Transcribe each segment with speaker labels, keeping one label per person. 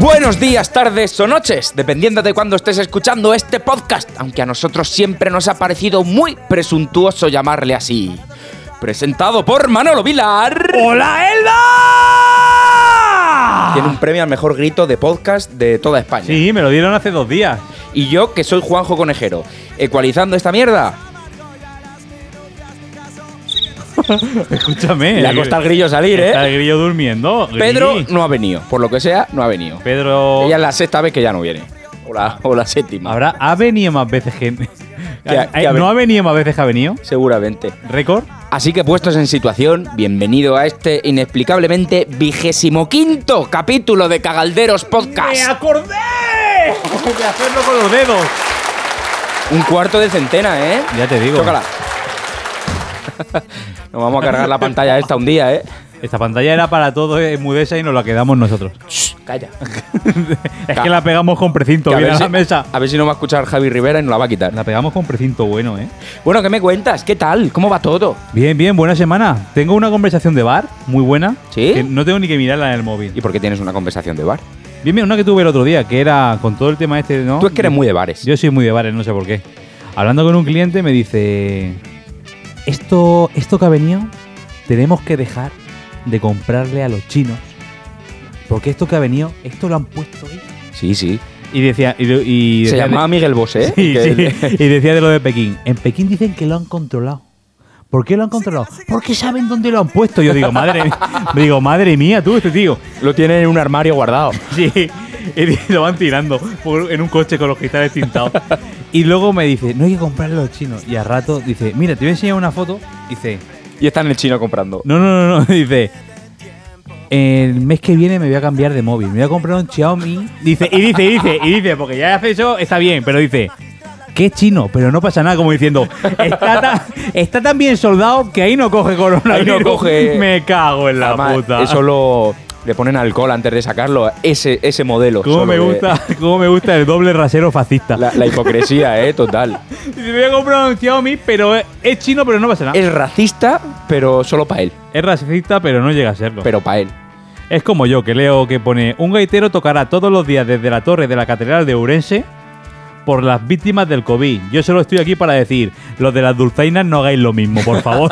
Speaker 1: Buenos días, tardes o noches, dependiendo de cuándo estés escuchando este podcast, aunque a nosotros siempre nos ha parecido muy presuntuoso llamarle así. Presentado por Manolo Vilar.
Speaker 2: ¡Hola, Elda!
Speaker 1: Tiene un premio al mejor grito de podcast de toda España.
Speaker 2: Sí, me lo dieron hace dos días.
Speaker 1: Y yo, que soy Juanjo Conejero, ecualizando esta mierda,
Speaker 2: Escúchame.
Speaker 1: le ha costado al grillo salir,
Speaker 2: Está
Speaker 1: ¿eh?
Speaker 2: el grillo durmiendo. Gris.
Speaker 1: Pedro no ha venido, por lo que sea, no ha venido.
Speaker 2: Pedro.
Speaker 1: Ella es la sexta vez que ya no viene. O la, o la séptima,
Speaker 2: Habrá, ha venido más veces que.
Speaker 1: Que ha- que ha
Speaker 2: no ha venido más veces que ha venido.
Speaker 1: seguramente.
Speaker 2: Récord.
Speaker 1: Así que puestos en situación, bienvenido a este inexplicablemente vigésimo quinto capítulo de Cagalderos Podcast.
Speaker 2: acordé! De hacerlo con los dedos.
Speaker 1: Un cuarto de centena, ¿eh?
Speaker 2: Ya te digo.
Speaker 1: Chócala. Nos vamos a cargar la pantalla esta un día, ¿eh?
Speaker 2: Esta pantalla era para todos en Mudesa y nos la quedamos nosotros.
Speaker 1: Calla.
Speaker 2: es que la pegamos con precinto.
Speaker 1: Que
Speaker 2: Mira
Speaker 1: si,
Speaker 2: la mesa.
Speaker 1: a ver si no va a escuchar Javi Rivera y nos la va a quitar.
Speaker 2: La pegamos con precinto bueno, ¿eh?
Speaker 1: Bueno, ¿qué me cuentas? ¿Qué tal? ¿Cómo va todo?
Speaker 2: Bien, bien, buena semana. Tengo una conversación de bar muy buena.
Speaker 1: ¿Sí?
Speaker 2: que no tengo ni que mirarla en el móvil.
Speaker 1: ¿Y por qué tienes una conversación de bar?
Speaker 2: Bien, bien, una que tuve el otro día, que era con todo el tema este, ¿no?
Speaker 1: Tú es que eres muy de bares.
Speaker 2: Yo soy muy de bares, no sé por qué. Hablando con un cliente me dice, esto, esto que ha venido, tenemos que dejar de comprarle a los chinos, porque esto que ha venido, esto lo han puesto ellos.
Speaker 1: Sí, sí.
Speaker 2: Y decía, y, lo- y
Speaker 1: Se
Speaker 2: decía de-
Speaker 1: llamaba Miguel Bosé.
Speaker 2: Sí,
Speaker 1: que-
Speaker 2: sí. y decía de lo de Pekín. En Pekín dicen que lo han controlado. ¿Por qué lo han controlado? Porque saben dónde lo han puesto. Yo digo, madre, digo, madre mía, tú, este tío.
Speaker 1: Lo tienen en un armario guardado.
Speaker 2: Sí, y lo van tirando por- en un coche con los cristales tintados. Y luego me dice, no hay que comprarlo a los chinos. Y al rato dice, mira, te voy a enseñar una foto. Dice,
Speaker 1: Y están en el chino comprando.
Speaker 2: no, no, no, no. Dice, el mes que viene me voy a cambiar de móvil. Me voy a comprar un Xiaomi. Dice, y dice, y dice, y dice, porque ya hace eso, está bien, pero dice. Que es chino, pero no pasa nada, como diciendo, está tan, está tan bien soldado que ahí no coge coronavirus.
Speaker 1: coge-
Speaker 2: Me cago en la
Speaker 1: Además,
Speaker 2: puta.
Speaker 1: Eso lo. Le ponen alcohol antes de sacarlo. Ese, ese modelo.
Speaker 2: ¿Cómo
Speaker 1: solo
Speaker 2: me,
Speaker 1: de-
Speaker 2: gusta, ¿Cómo me gusta el doble rasero fascista?
Speaker 1: La, la hipocresía, eh, total.
Speaker 2: Dice, Me voy a comprar un Xiaomi, pero es, es chino, pero no pasa nada. Es,
Speaker 1: Es racista, pero solo para él.
Speaker 2: racista, pero no llega a serlo.
Speaker 1: Pero para él.
Speaker 2: es como yo, que leo que pone un gaitero tocará todos los días desde la torre de la catedral de Urense por las víctimas del COVID. Yo solo estoy aquí para decir, los de las dulzainas no hagáis lo mismo, por favor.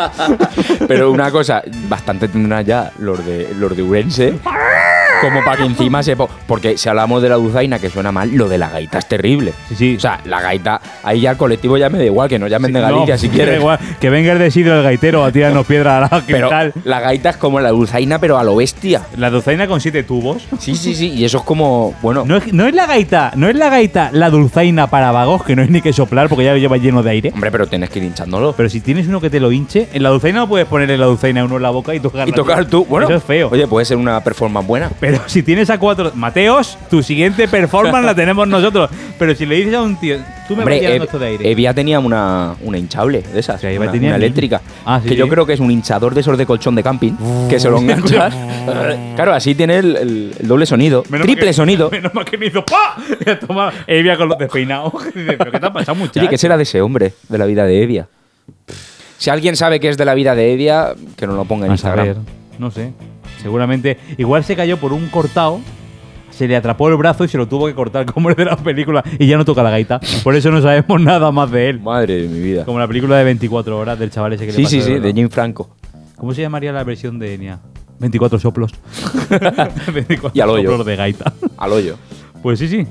Speaker 1: Pero una cosa, bastante tendrán ya los de, los de Urense. Como para que encima se. po- Porque si hablamos de la dulzaina que suena mal, lo de la gaita es terrible.
Speaker 2: Sí, sí.
Speaker 1: O sea, la gaita, ahí ya el colectivo ya me da igual, que nos llamen de Galicia
Speaker 2: No,
Speaker 1: si
Speaker 2: da
Speaker 1: quieren.
Speaker 2: igual, que venga el de Sidro el gaitero a tirarnos piedra a la
Speaker 1: Pero
Speaker 2: cristal.
Speaker 1: la gaita es como la dulzaina, pero a lo bestia.
Speaker 2: La dulzaina con siete tubos.
Speaker 1: Sí, sí, sí. Y eso es como. Bueno,
Speaker 2: No es, no es la gaita, no es la gaita, la dulzaina para vagos, que no es ni que soplar porque ya lo lleva lleno de aire.
Speaker 1: hombre, pero tienes que ir hinchándolo.
Speaker 2: Pero si tienes uno que te lo hinche, en la dulzaina no puedes ponerle la dulzaina a uno en la boca y tocar
Speaker 1: Y tocar tú. Bueno,
Speaker 2: Eso es feo.
Speaker 1: Oye, puede ser una performance buena.
Speaker 2: Pero si tienes a cuatro. Mateos, tu siguiente performance la tenemos nosotros. Pero si le dices a un tío, tú me vas
Speaker 1: Hombre, eh,
Speaker 2: tirando
Speaker 1: Ev-
Speaker 2: esto de aire.
Speaker 1: Evia tenía una, una hinchable de esas,
Speaker 2: Sí, Evia
Speaker 1: una,
Speaker 2: tenía
Speaker 1: una
Speaker 2: mil.
Speaker 1: eléctrica,
Speaker 2: Ah, sí,
Speaker 1: que yo
Speaker 2: sí.
Speaker 1: creo que es un hinchador de esos de colchón de camping, que se lo enganchas. claro, así tiene el, el- el doble sonido,
Speaker 2: Menos
Speaker 1: triple
Speaker 2: mal que-
Speaker 1: sonido.
Speaker 2: Menos mal que me hizo ¡pa! Y a tomar Evia con los despeinados. Dice, ¿Pero qué te ha pasado, muchacho?
Speaker 1: Oye, ¿qué será de ese hombre, de la vida de Evia? Si alguien sabe que es de la vida de Evia, que nos lo ponga en
Speaker 2: A
Speaker 1: Instagram.
Speaker 2: saber, no sé. Seguramente. Igual se cayó por un cortado. Se le atrapó el brazo y se lo tuvo que cortar como el de la película. Y ya no toca la gaita. Por eso no sabemos nada más de él.
Speaker 1: Madre de mi vida.
Speaker 2: Como la película de 24 horas del chaval ese que le
Speaker 1: Sí,
Speaker 2: pasó
Speaker 1: sí,
Speaker 2: de
Speaker 1: sí,
Speaker 2: verdad.
Speaker 1: de Jim Franco.
Speaker 2: ¿Cómo se llamaría la versión de Enya? 24 soplos. 24
Speaker 1: Y al hoyo.
Speaker 2: soplos de gaita.
Speaker 1: Al hoyo.
Speaker 2: Pues sí, sí.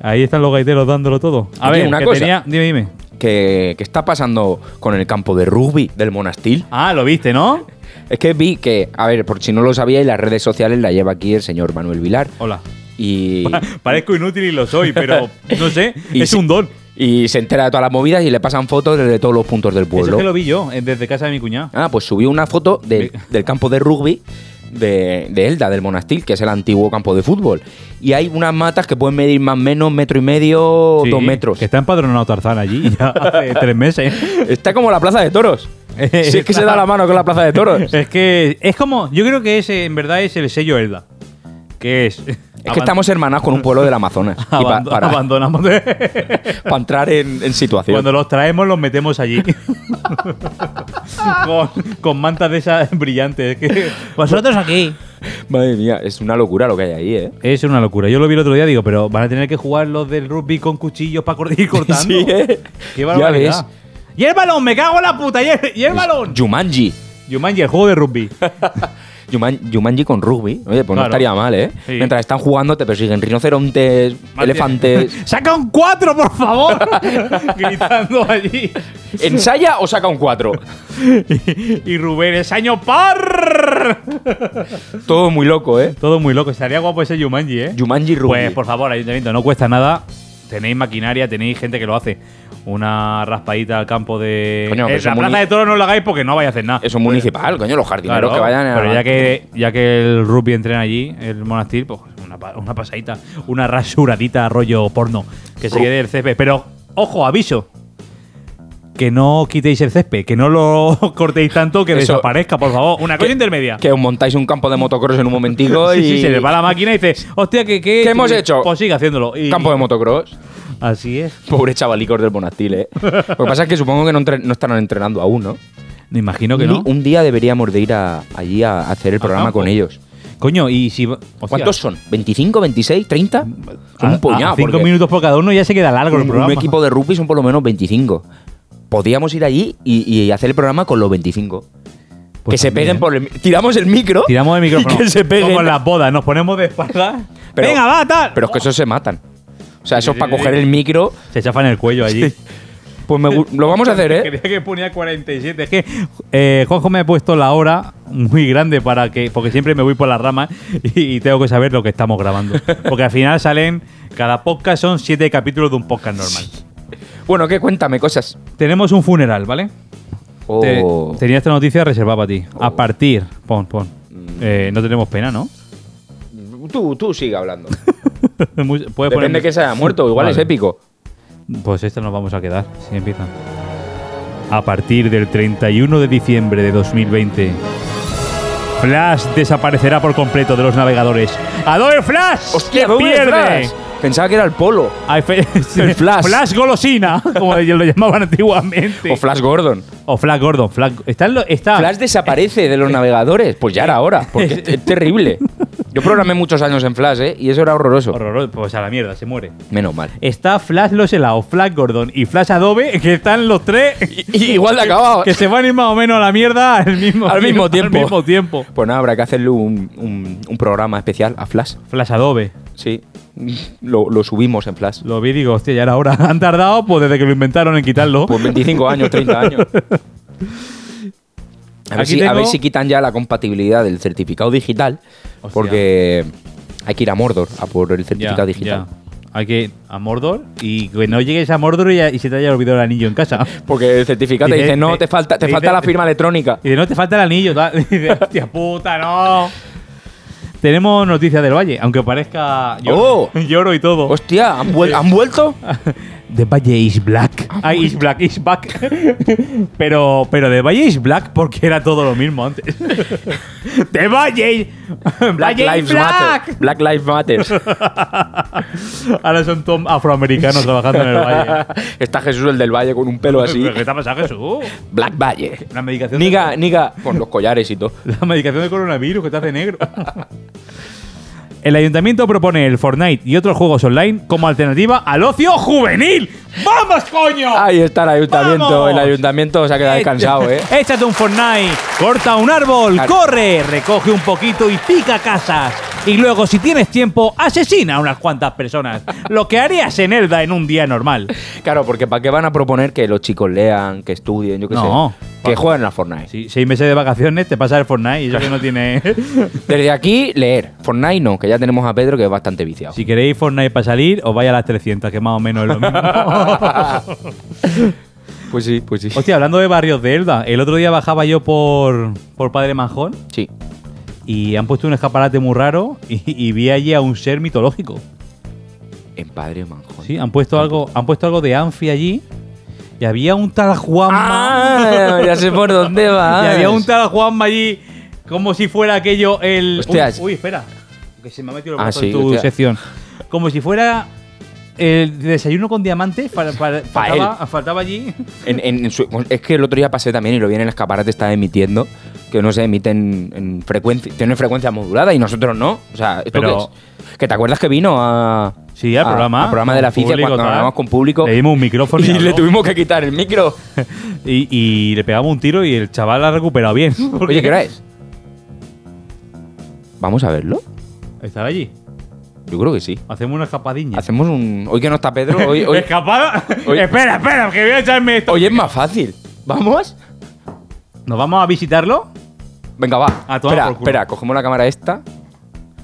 Speaker 2: Ahí están los gaiteros dándolo todo. A
Speaker 1: Oye,
Speaker 2: ver,
Speaker 1: una
Speaker 2: que
Speaker 1: cosa.
Speaker 2: tenía- Dime, dime.
Speaker 1: ¿Qué, qué está pasando con el campo de rugby del Monastil?
Speaker 2: Ah, lo viste, ¿no?
Speaker 1: Es que vi que, a ver, por si no lo sabíais, las redes sociales la lleva aquí el señor Manuel Vilar.
Speaker 2: Hola.
Speaker 1: Y,
Speaker 2: Parezco inútil y lo soy, pero no sé.
Speaker 1: Y
Speaker 2: es
Speaker 1: sí.
Speaker 2: un don.
Speaker 1: y se entera de todas las movidas y le pasan fotos desde todos los puntos del
Speaker 2: Eso
Speaker 1: pueblo.
Speaker 2: que lo vi yo, eh, desde casa de mi cuñado.
Speaker 1: Ah, pues subió una foto del-
Speaker 2: Me-
Speaker 1: del campo de rugby de, de Elda, del Monastil, que es el antiguo campo de fútbol. Y hay unas matas que pueden medir más o menos metro y medio,
Speaker 2: Sí,
Speaker 1: dos metros.
Speaker 2: Que está empadronado Tarzán allí ya hace tres meses.
Speaker 1: Está como la Plaza de Toros. si es que se da la mano con la Plaza de Toros.
Speaker 2: Es que es como, yo creo que ese en verdad es el sello Elda. Que es.
Speaker 1: Es que estamos hermanados con un pueblo del Amazonas. Y pa-
Speaker 2: Abando-
Speaker 1: para,
Speaker 2: abandonamos.
Speaker 1: para entrar en, en situación.
Speaker 2: Cuando los traemos, los metemos allí. con, con mantas de esas brillantes. que- Vosotros aquí.
Speaker 1: Madre mía, es una locura lo que hay ahí, ¿eh?
Speaker 2: Es una locura. Yo lo vi el otro día digo, pero van a tener que jugar los del rugby con cuchillos para cort- ir cortando.
Speaker 1: Sí, ¿eh?
Speaker 2: Qué
Speaker 1: Ya
Speaker 2: barbaridad. Y el balón, me cago en la puta. Y el, y el balón.
Speaker 1: Jumanji.
Speaker 2: Jumanji, el juego de rugby.
Speaker 1: Juman- Jumanji con rugby. Oye, pues no
Speaker 2: Claro.
Speaker 1: estaría mal, ¿eh?
Speaker 2: Sí.
Speaker 1: Mientras están jugando te persiguen rinocerontes, elefantes.
Speaker 2: ¡Saca un 4, por favor! Gritando allí.
Speaker 1: ¿Ensaya o saca un 4?
Speaker 2: Y, y Rubén, es año par.
Speaker 1: Todo muy loco, ¿eh?
Speaker 2: Todo muy loco. Estaría guapo ese Jumanji, ¿eh?
Speaker 1: Jumanji rugby.
Speaker 2: Pues por favor, ayuntamiento, no cuesta nada. Tenéis maquinaria, tenéis gente que lo hace. Una raspadita al campo de.
Speaker 1: Coño, pero
Speaker 2: Eh,
Speaker 1: eso
Speaker 2: la
Speaker 1: muni-
Speaker 2: plaza de toros no lo hagáis porque no vais a hacer nada.
Speaker 1: Eso es municipal, coño, los jardineros
Speaker 2: pues, Claro,
Speaker 1: que vayan a.
Speaker 2: pero ya que, ya que el rugby entrena allí, el monastir, pues una, pa- una pasadita, una rasuradita rollo porno, que se
Speaker 1: Ru-
Speaker 2: quede el césped. Pero, ojo, aviso, que no quitéis el césped, que no lo cortéis tanto que
Speaker 1: Eso-
Speaker 2: desaparezca, por favor. Una cosa
Speaker 1: Que-
Speaker 2: intermedia.
Speaker 1: Que os montáis un campo de motocross en un momentico
Speaker 2: Sí,
Speaker 1: y.
Speaker 2: sí, se le va la máquina y dice, hostia, ¿qué, qué,
Speaker 1: ¿Qué hemos hecho?
Speaker 2: Pues sigue haciéndolo. Y-
Speaker 1: Campo de motocross.
Speaker 2: Así es.
Speaker 1: Pobre chavalicos del Bonastil, ¿eh? Lo que pasa es que supongo que no, entre- no estarán entrenando aún, ¿no?
Speaker 2: Me imagino que
Speaker 1: Ni-
Speaker 2: no.
Speaker 1: Un día deberíamos de ir a- allí a hacer el
Speaker 2: Al
Speaker 1: programa
Speaker 2: campo.
Speaker 1: con ellos.
Speaker 2: Coño, y si. hostia, Mm,
Speaker 1: ¿Cuántos son? ¿25, 26, 30? Son
Speaker 2: a-
Speaker 1: un puñado.
Speaker 2: a cinco
Speaker 1: porque
Speaker 2: minutos por cada uno ya se queda largo
Speaker 1: un,
Speaker 2: el
Speaker 1: un
Speaker 2: programa.
Speaker 1: equipo de rugby son por lo menos 25. Podríamos ir allí y, y hacer el programa con los 25.
Speaker 2: Pues
Speaker 1: que se
Speaker 2: también,
Speaker 1: peguen
Speaker 2: ¿eh?
Speaker 1: por el... mi- Tiramos el micro.
Speaker 2: Tiramos el micrófono.
Speaker 1: Y que se peguen.
Speaker 2: Como en las bodas, nos ponemos de espalda.
Speaker 1: Pero-
Speaker 2: Venga, va, tal.
Speaker 1: Pero es que esos se matan. O sea, eso
Speaker 2: Sí,
Speaker 1: para
Speaker 2: sí,
Speaker 1: coger
Speaker 2: sí.
Speaker 1: el micro...
Speaker 2: Se chafan el cuello allí.
Speaker 1: Pues me gu- lo vamos a hacer, ¿eh?
Speaker 2: Creía que ponía 47. Es que eh, Juanjo me ha puesto la hora muy grande para que. Porque siempre me voy por las ramas y, y tengo que saber lo que estamos grabando. Porque al final salen. Cada podcast son siete capítulos de un podcast normal.
Speaker 1: Bueno, que cuéntame cosas.
Speaker 2: Tenemos un funeral, ¿vale? Te-
Speaker 1: Oh.
Speaker 2: tenía esta noticia reservada para ti. A
Speaker 1: Oh. Mm.
Speaker 2: partir. Pon, pon. Eh, no tenemos pena, ¿no?
Speaker 1: Tú, tú sigue hablando.
Speaker 2: Puedes
Speaker 1: Depende
Speaker 2: poner-
Speaker 1: que se haya muerto, igual es
Speaker 2: Vale.
Speaker 1: épico.
Speaker 2: Pues esta nos vamos a quedar, si empiezan. A partir del 31 de diciembre de 2020, Flash desaparecerá por completo de los navegadores. ¡Adobe Flash!
Speaker 1: ¡Hostia,
Speaker 2: se
Speaker 1: doble
Speaker 2: pierde!
Speaker 1: flash! Pensaba que era el polo.
Speaker 2: Ay, fe-
Speaker 1: El Flash.
Speaker 2: Flash golosina, como ellos lo llamaban antiguamente.
Speaker 1: O Flash Gordon.
Speaker 2: O Flash Gordon. Flash, está en lo- está-
Speaker 1: Flash desaparece de los navegadores. Pues ya era hora, porque es- es terrible. Yo programé muchos años en Flash, ¿eh? Y eso era horroroso.
Speaker 2: Horroroso. Pues a la mierda, se muere.
Speaker 1: Menos mal.
Speaker 2: Está Flash los helados, Flash Gordon y Flash Adobe, que están los tres
Speaker 1: Y- igual de acabado.
Speaker 2: que se van a ir más o menos a la mierda al mismo,
Speaker 1: Al mismo tiempo.
Speaker 2: ¿eh? Al mismo tiempo.
Speaker 1: Pues nada, habrá que hacerle un, un- un programa especial a Flash.
Speaker 2: Flash Adobe.
Speaker 1: Sí. Lo, lo subimos en Flash.
Speaker 2: Lo vi y digo, hostia, ya era hora. Han tardado pues desde que lo inventaron en quitarlo.
Speaker 1: Pues 25 años, 30 años. A ver,
Speaker 2: Aquí
Speaker 1: si, a
Speaker 2: tengo-
Speaker 1: ver si quitan ya la compatibilidad del certificado digital.
Speaker 2: Hostia.
Speaker 1: Porque hay que ir a Mordor a por el
Speaker 2: Ya,
Speaker 1: certificado digital.
Speaker 2: ya. Hay que ir a Mordor y que no llegues a Mordor y, y se te haya olvidado el anillo en casa.
Speaker 1: Porque el certificado te
Speaker 2: Dice-
Speaker 1: dice, no,
Speaker 2: te-
Speaker 1: te falta, te
Speaker 2: dice-
Speaker 1: falta la firma electrónica.
Speaker 2: Y de no te falta el anillo. tal. Y dice, hostia puta, no. Tenemos noticias del Valle, aunque parezca
Speaker 1: Oh.
Speaker 2: lloro, lloro y todo.
Speaker 1: Hostia, ¿han, vuel- han vuelto?
Speaker 2: The Valle is Black. Ah,
Speaker 1: pues
Speaker 2: is Black, is Black. pero, pero The Valle is Black porque era todo lo mismo antes. The Valle is
Speaker 1: Black
Speaker 2: Valle is
Speaker 1: Lives
Speaker 2: Black.
Speaker 1: Matter. Black Lives Matter.
Speaker 2: Ahora son tom afroamericanos trabajando en el Valle.
Speaker 1: Está Jesús el del Valle con un pelo así.
Speaker 2: ¿Pero ¿Qué te ha pasado, Jesús?
Speaker 1: Black Valle.
Speaker 2: La medicación,
Speaker 1: Niga, niga. Con los collares y todo.
Speaker 2: de, la medicación de coronavirus que te hace negro. El ayuntamiento propone el Fortnite y otros juegos online como alternativa al ocio juvenil. ¡Vamos, coño!
Speaker 1: Ahí está el ayuntamiento.
Speaker 2: ¡Vamos!
Speaker 1: El ayuntamiento se ha quedado
Speaker 2: Este.
Speaker 1: descansado, ¿eh?
Speaker 2: Échate un Fortnite, corta un árbol,
Speaker 1: Claro.
Speaker 2: corre, recoge un poquito y pica casas. Y luego, si tienes tiempo, asesina a unas cuantas personas. lo que harías en Elda en un día normal.
Speaker 1: Claro, porque ¿para qué van a proponer que los chicos lean, que estudien, yo qué
Speaker 2: No.
Speaker 1: sé? Que jueguen a Fortnite.
Speaker 2: Sí, seis meses de vacaciones te pasa el Fortnite y eso que no tiene.
Speaker 1: Desde aquí, leer. Fortnite no, que ya tenemos a Pedro que es bastante viciado.
Speaker 2: si queréis Fortnite para salir, os vais a las 300, que más o menos es lo mismo.
Speaker 1: Pues sí, pues sí.
Speaker 2: Hostia, hablando de barrios de Elda, el otro día bajaba yo por, por Padre Manjón
Speaker 1: Sí.
Speaker 2: y han puesto un escaparate muy raro y, y vi allí a un ser mitológico.
Speaker 1: En Padre Manjón.
Speaker 2: Sí, han puesto algo, han puesto algo de Anfi allí y había un tal Juanma.
Speaker 1: Ah, ya sé por dónde va.
Speaker 2: y había un tal Juanma allí como si fuera aquello el
Speaker 1: Hostias.
Speaker 2: uy, uy, espera, que se me ha metido el
Speaker 1: Ah,
Speaker 2: brazo
Speaker 1: sí,
Speaker 2: en tu
Speaker 1: hostia.
Speaker 2: sección. Como si fuera el desayuno con diamantes para, para-
Speaker 1: Pa'
Speaker 2: faltaba, faltaba allí.
Speaker 1: pues, En- en- en su- es que el otro día pasé también y lo vi en el escaparate, estaba emitiendo. que no se emiten en frecuencia, tienen frecuencia modulada y nosotros no. O sea, ¿esto
Speaker 2: Pero-
Speaker 1: qué es? Que te acuerdas que vino a.
Speaker 2: Sí, Ah, al
Speaker 1: a-
Speaker 2: programa.
Speaker 1: al programa de la
Speaker 2: con
Speaker 1: FICE
Speaker 2: público,
Speaker 1: cuando
Speaker 2: tal.
Speaker 1: hablamos con público.
Speaker 2: Le dimos un micrófono y,
Speaker 1: Y le
Speaker 2: habló.
Speaker 1: tuvimos que quitar el micro.
Speaker 2: Y- y le pegamos un tiro y el chaval la ha recuperado bien. porque-
Speaker 1: Oye, ¿qué hora es? ¿Vamos a verlo?
Speaker 2: Estaba allí.
Speaker 1: Yo creo que sí.
Speaker 2: Hacemos una escapadiña.
Speaker 1: Hacemos un. Hoy que no está Pedro, hoy, hoy,
Speaker 2: ¿Escapada?
Speaker 1: Hoy-
Speaker 2: espera, espera, que voy a echarme esto.
Speaker 1: hoy es más fácil. ¿Vamos?
Speaker 2: ¿Nos vamos a visitarlo?
Speaker 1: Venga, va.
Speaker 2: A tomar
Speaker 1: espera,
Speaker 2: Ah, por culo.
Speaker 1: espera, cogemos la cámara esta.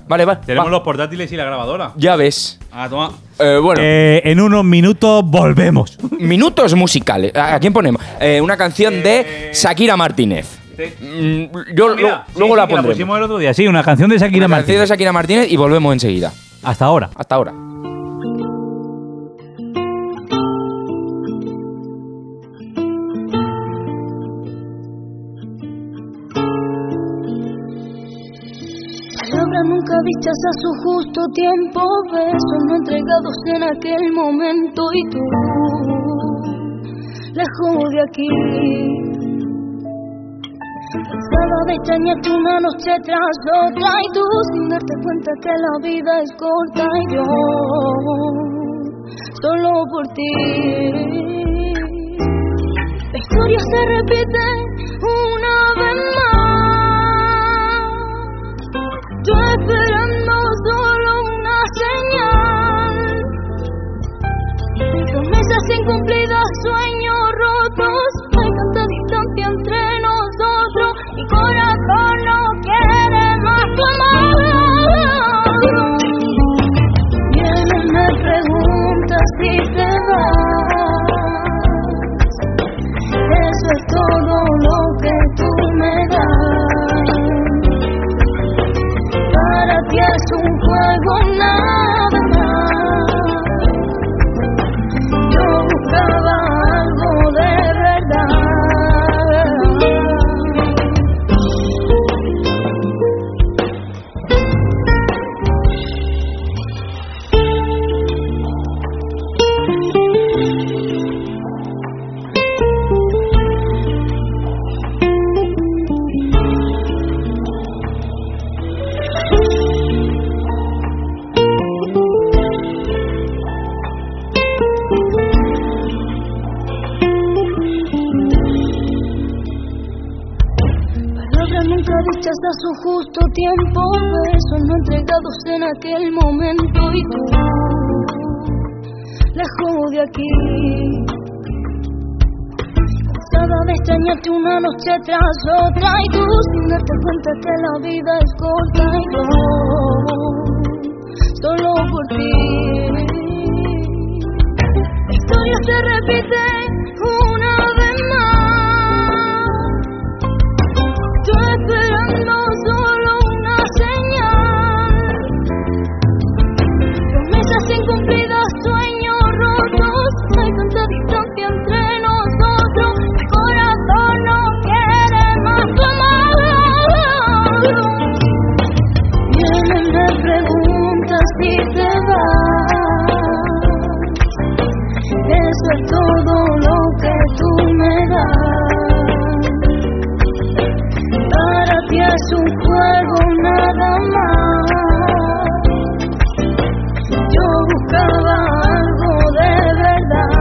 Speaker 1: Vale, vale.
Speaker 2: Tenemos
Speaker 1: va.
Speaker 2: los portátiles y la grabadora.
Speaker 1: Ya ves.
Speaker 2: Ah, toma.
Speaker 1: Eh, bueno,
Speaker 2: en unos minutos volvemos.
Speaker 1: minutos musicales. ¿A a quién ponemos? Eh, una canción de Shakira Martínez.
Speaker 2: te-
Speaker 1: Mm, Yo
Speaker 2: Eh.
Speaker 1: lo-
Speaker 2: Ah, Mira, sí,
Speaker 1: luego
Speaker 2: sí,
Speaker 1: la
Speaker 2: que
Speaker 1: pondré.
Speaker 2: pusimos el otro día, sí, una canción de Shakira
Speaker 1: Una canción de
Speaker 2: Martínez.
Speaker 1: Shakira Martínez y volvemos enseguida.
Speaker 2: Hasta ahora.
Speaker 1: Hasta ahora.
Speaker 3: Palabra nunca dichas a su justo tiempo, besos no entregados en aquel momento y tú, lejos de aquí. Cansada de extrañarte una noche tras otra y tú sin darte cuenta que la vida es corta y yo, solo por ti. La historia se repite una vez más. Yo esperando solo una señal. Promesas incumplidas, sueños rotos. Hay tanta distancia entre nosotros. Mi corazón no quiere más tu amor. Vienes, me preguntas si te vas. Eso es todo lo que tú me das. Para ti es un juego nada más. Yo buscaba algo de verdad. Palabras nunca dichas a su justo tiempo, besos no entregados en aquel momento y tú, lejos de aquí. Cansada de extrañarte una noche tras otra y tú sin darte cuenta que la vida es corta y yo, solo por ti. La historia se repite una vez más. Yo esperando solo una señal. Promesas incumplidas, sueños rotos. Hay tanta distancia entre nosotros. Mi corazón no quiere más tu amor. Vienes, me preguntas si te vas. Eso es todo lo que tú me das. Para ti es un juego nada más. Yo buscaba algo de verdad.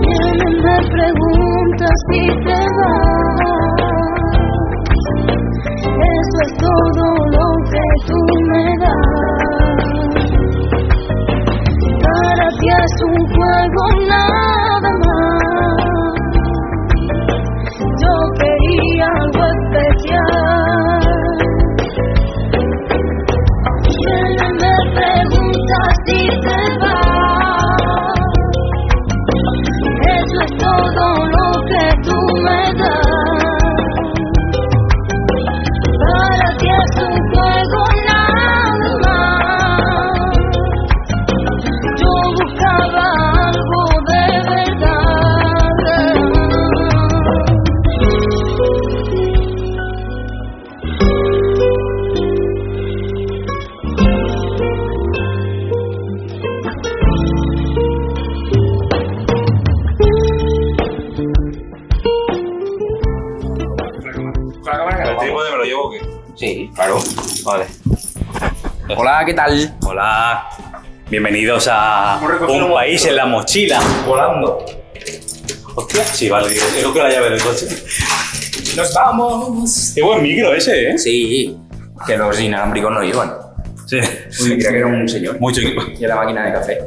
Speaker 3: Vienes, me preguntas si te vas. Eso es todo lo que tú me das. Para ti es un juego nada más. Yo quería algo especial. Y ella me pregunta si te vas. Eso es todo lo que tú me das. Para ti es un juego nada más. Yo buscaba algo de verdad.
Speaker 4: lo llevo o qué?
Speaker 5: Sí.
Speaker 4: Claro.
Speaker 5: Vale. Hola, ¿qué tal?
Speaker 4: Hola. Bienvenidos a
Speaker 6: Hemos recogido
Speaker 4: un
Speaker 6: un
Speaker 4: país
Speaker 6: monstruo.
Speaker 4: en la mochila. Volando. Hostia, sí, vale, digo, creo que la llave del coche. ¡Nos vamos! Qué buen micro ese, ¿eh?
Speaker 5: Sí. Que los inalámbricos no llevan.
Speaker 4: Sí.
Speaker 5: Uy, creía que era un señor.
Speaker 4: Mucho equipo.
Speaker 5: Y la máquina de café.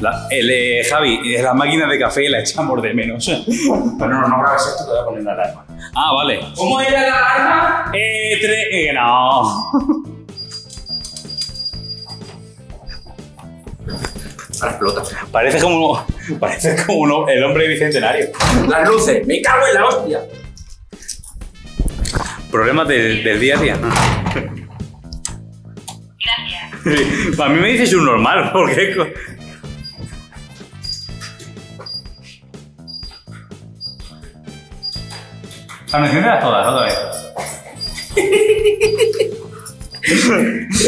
Speaker 4: La- el, eh, Javi, eh, la máquina de café la echamos de menos.
Speaker 5: Bueno, no, no grabes esto, te voy a poner la alarma.
Speaker 4: Ah, vale.
Speaker 5: ¿Cómo era la alarma?
Speaker 4: Eh, tres. eh, no.
Speaker 5: Ahora explota.
Speaker 4: Parece como, parece como un- el hombre bicentenario.
Speaker 5: Las luces, me cago en la hostia.
Speaker 4: Problemas del, del día a día. Gracias. Para mí me dices un normal, porque. co- Ah, me enciendes todas, otra vez.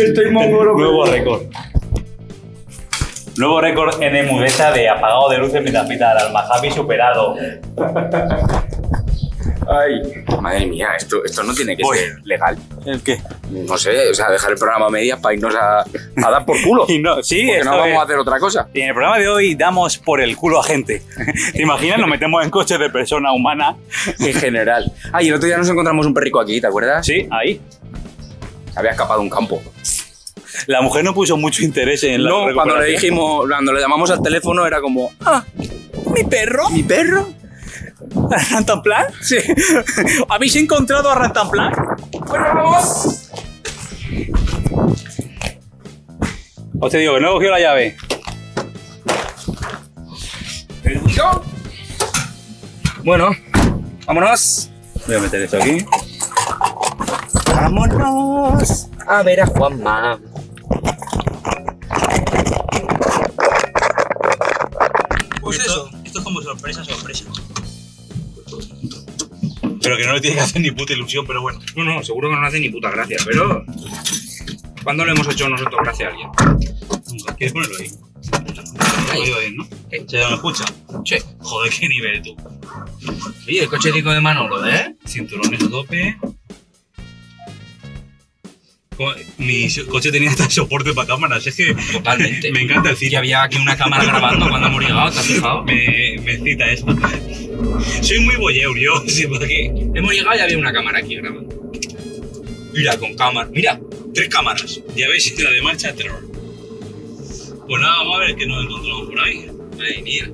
Speaker 4: Estoy mongolo. Nuevo récord. Nuevo récord en emudeza de apagado de luces mientras pita el alma. Javi superado.
Speaker 5: Madre mía, esto, esto no tiene que
Speaker 4: Voy.
Speaker 5: ser legal.
Speaker 4: ¿El qué?
Speaker 5: No sé, o sea, dejar el programa a medias para irnos a, a dar por culo.
Speaker 4: Y no, sí,
Speaker 5: Porque
Speaker 4: esto
Speaker 5: no vamos
Speaker 4: es-
Speaker 5: a hacer otra cosa.
Speaker 4: Y en el programa de hoy damos por el culo a gente. ¿Te imaginas? Nos metemos en coches de persona humana.
Speaker 5: En general. Ah, y el otro día nos encontramos un perrico aquí, ¿te acuerdas?
Speaker 4: Sí, ahí.
Speaker 5: Se había escapado un campo.
Speaker 4: La mujer no puso mucho interés en la
Speaker 5: No, cuando le
Speaker 4: recuperación.
Speaker 5: dijimos, cuando le llamamos al teléfono era como, ah, mi perro. Mi perro.
Speaker 4: ¿Rantanplan? Sí. ¿Habéis encontrado a Rantanplan?
Speaker 5: Bueno, vamos.
Speaker 4: Os te digo que no he cogido la llave.
Speaker 5: Bueno, vámonos.
Speaker 4: Voy a meter esto aquí.
Speaker 5: Vámonos a ver a Juanma.
Speaker 4: Pues eso. Esto es como sorpresa, sorpresa. Pero que no le tiene que hacer ni puta ilusión, pero bueno.
Speaker 5: No, no, seguro que no hace ni puta gracia, pero. ¿Cuándo le hemos hecho nosotros gracia a alguien?
Speaker 4: ¿Quieres ponerlo ahí? Lo digo bien, ¿no? ¿Se me escucha? Sí. Joder, qué nivel tú.
Speaker 5: Oye, el coche de Manolo, ¿eh?
Speaker 4: cinturones a tope. Co- Mi so- coche tenía hasta soporte para cámaras, es que
Speaker 5: Totalmente.
Speaker 4: me encanta el cine.
Speaker 5: había aquí una cámara grabando cuando hemos llegado, ¿te has fijado?
Speaker 4: Me, me excita esto. Soy muy boyeur yo, sí, porque...
Speaker 5: Hemos llegado y había una cámara aquí grabando.
Speaker 4: Mira, con cámara, mira, tres cámaras. Ya veis, la de marcha terror. Pues nada, vamos a ver qué nos encontramos por ahí.
Speaker 5: Madre mía.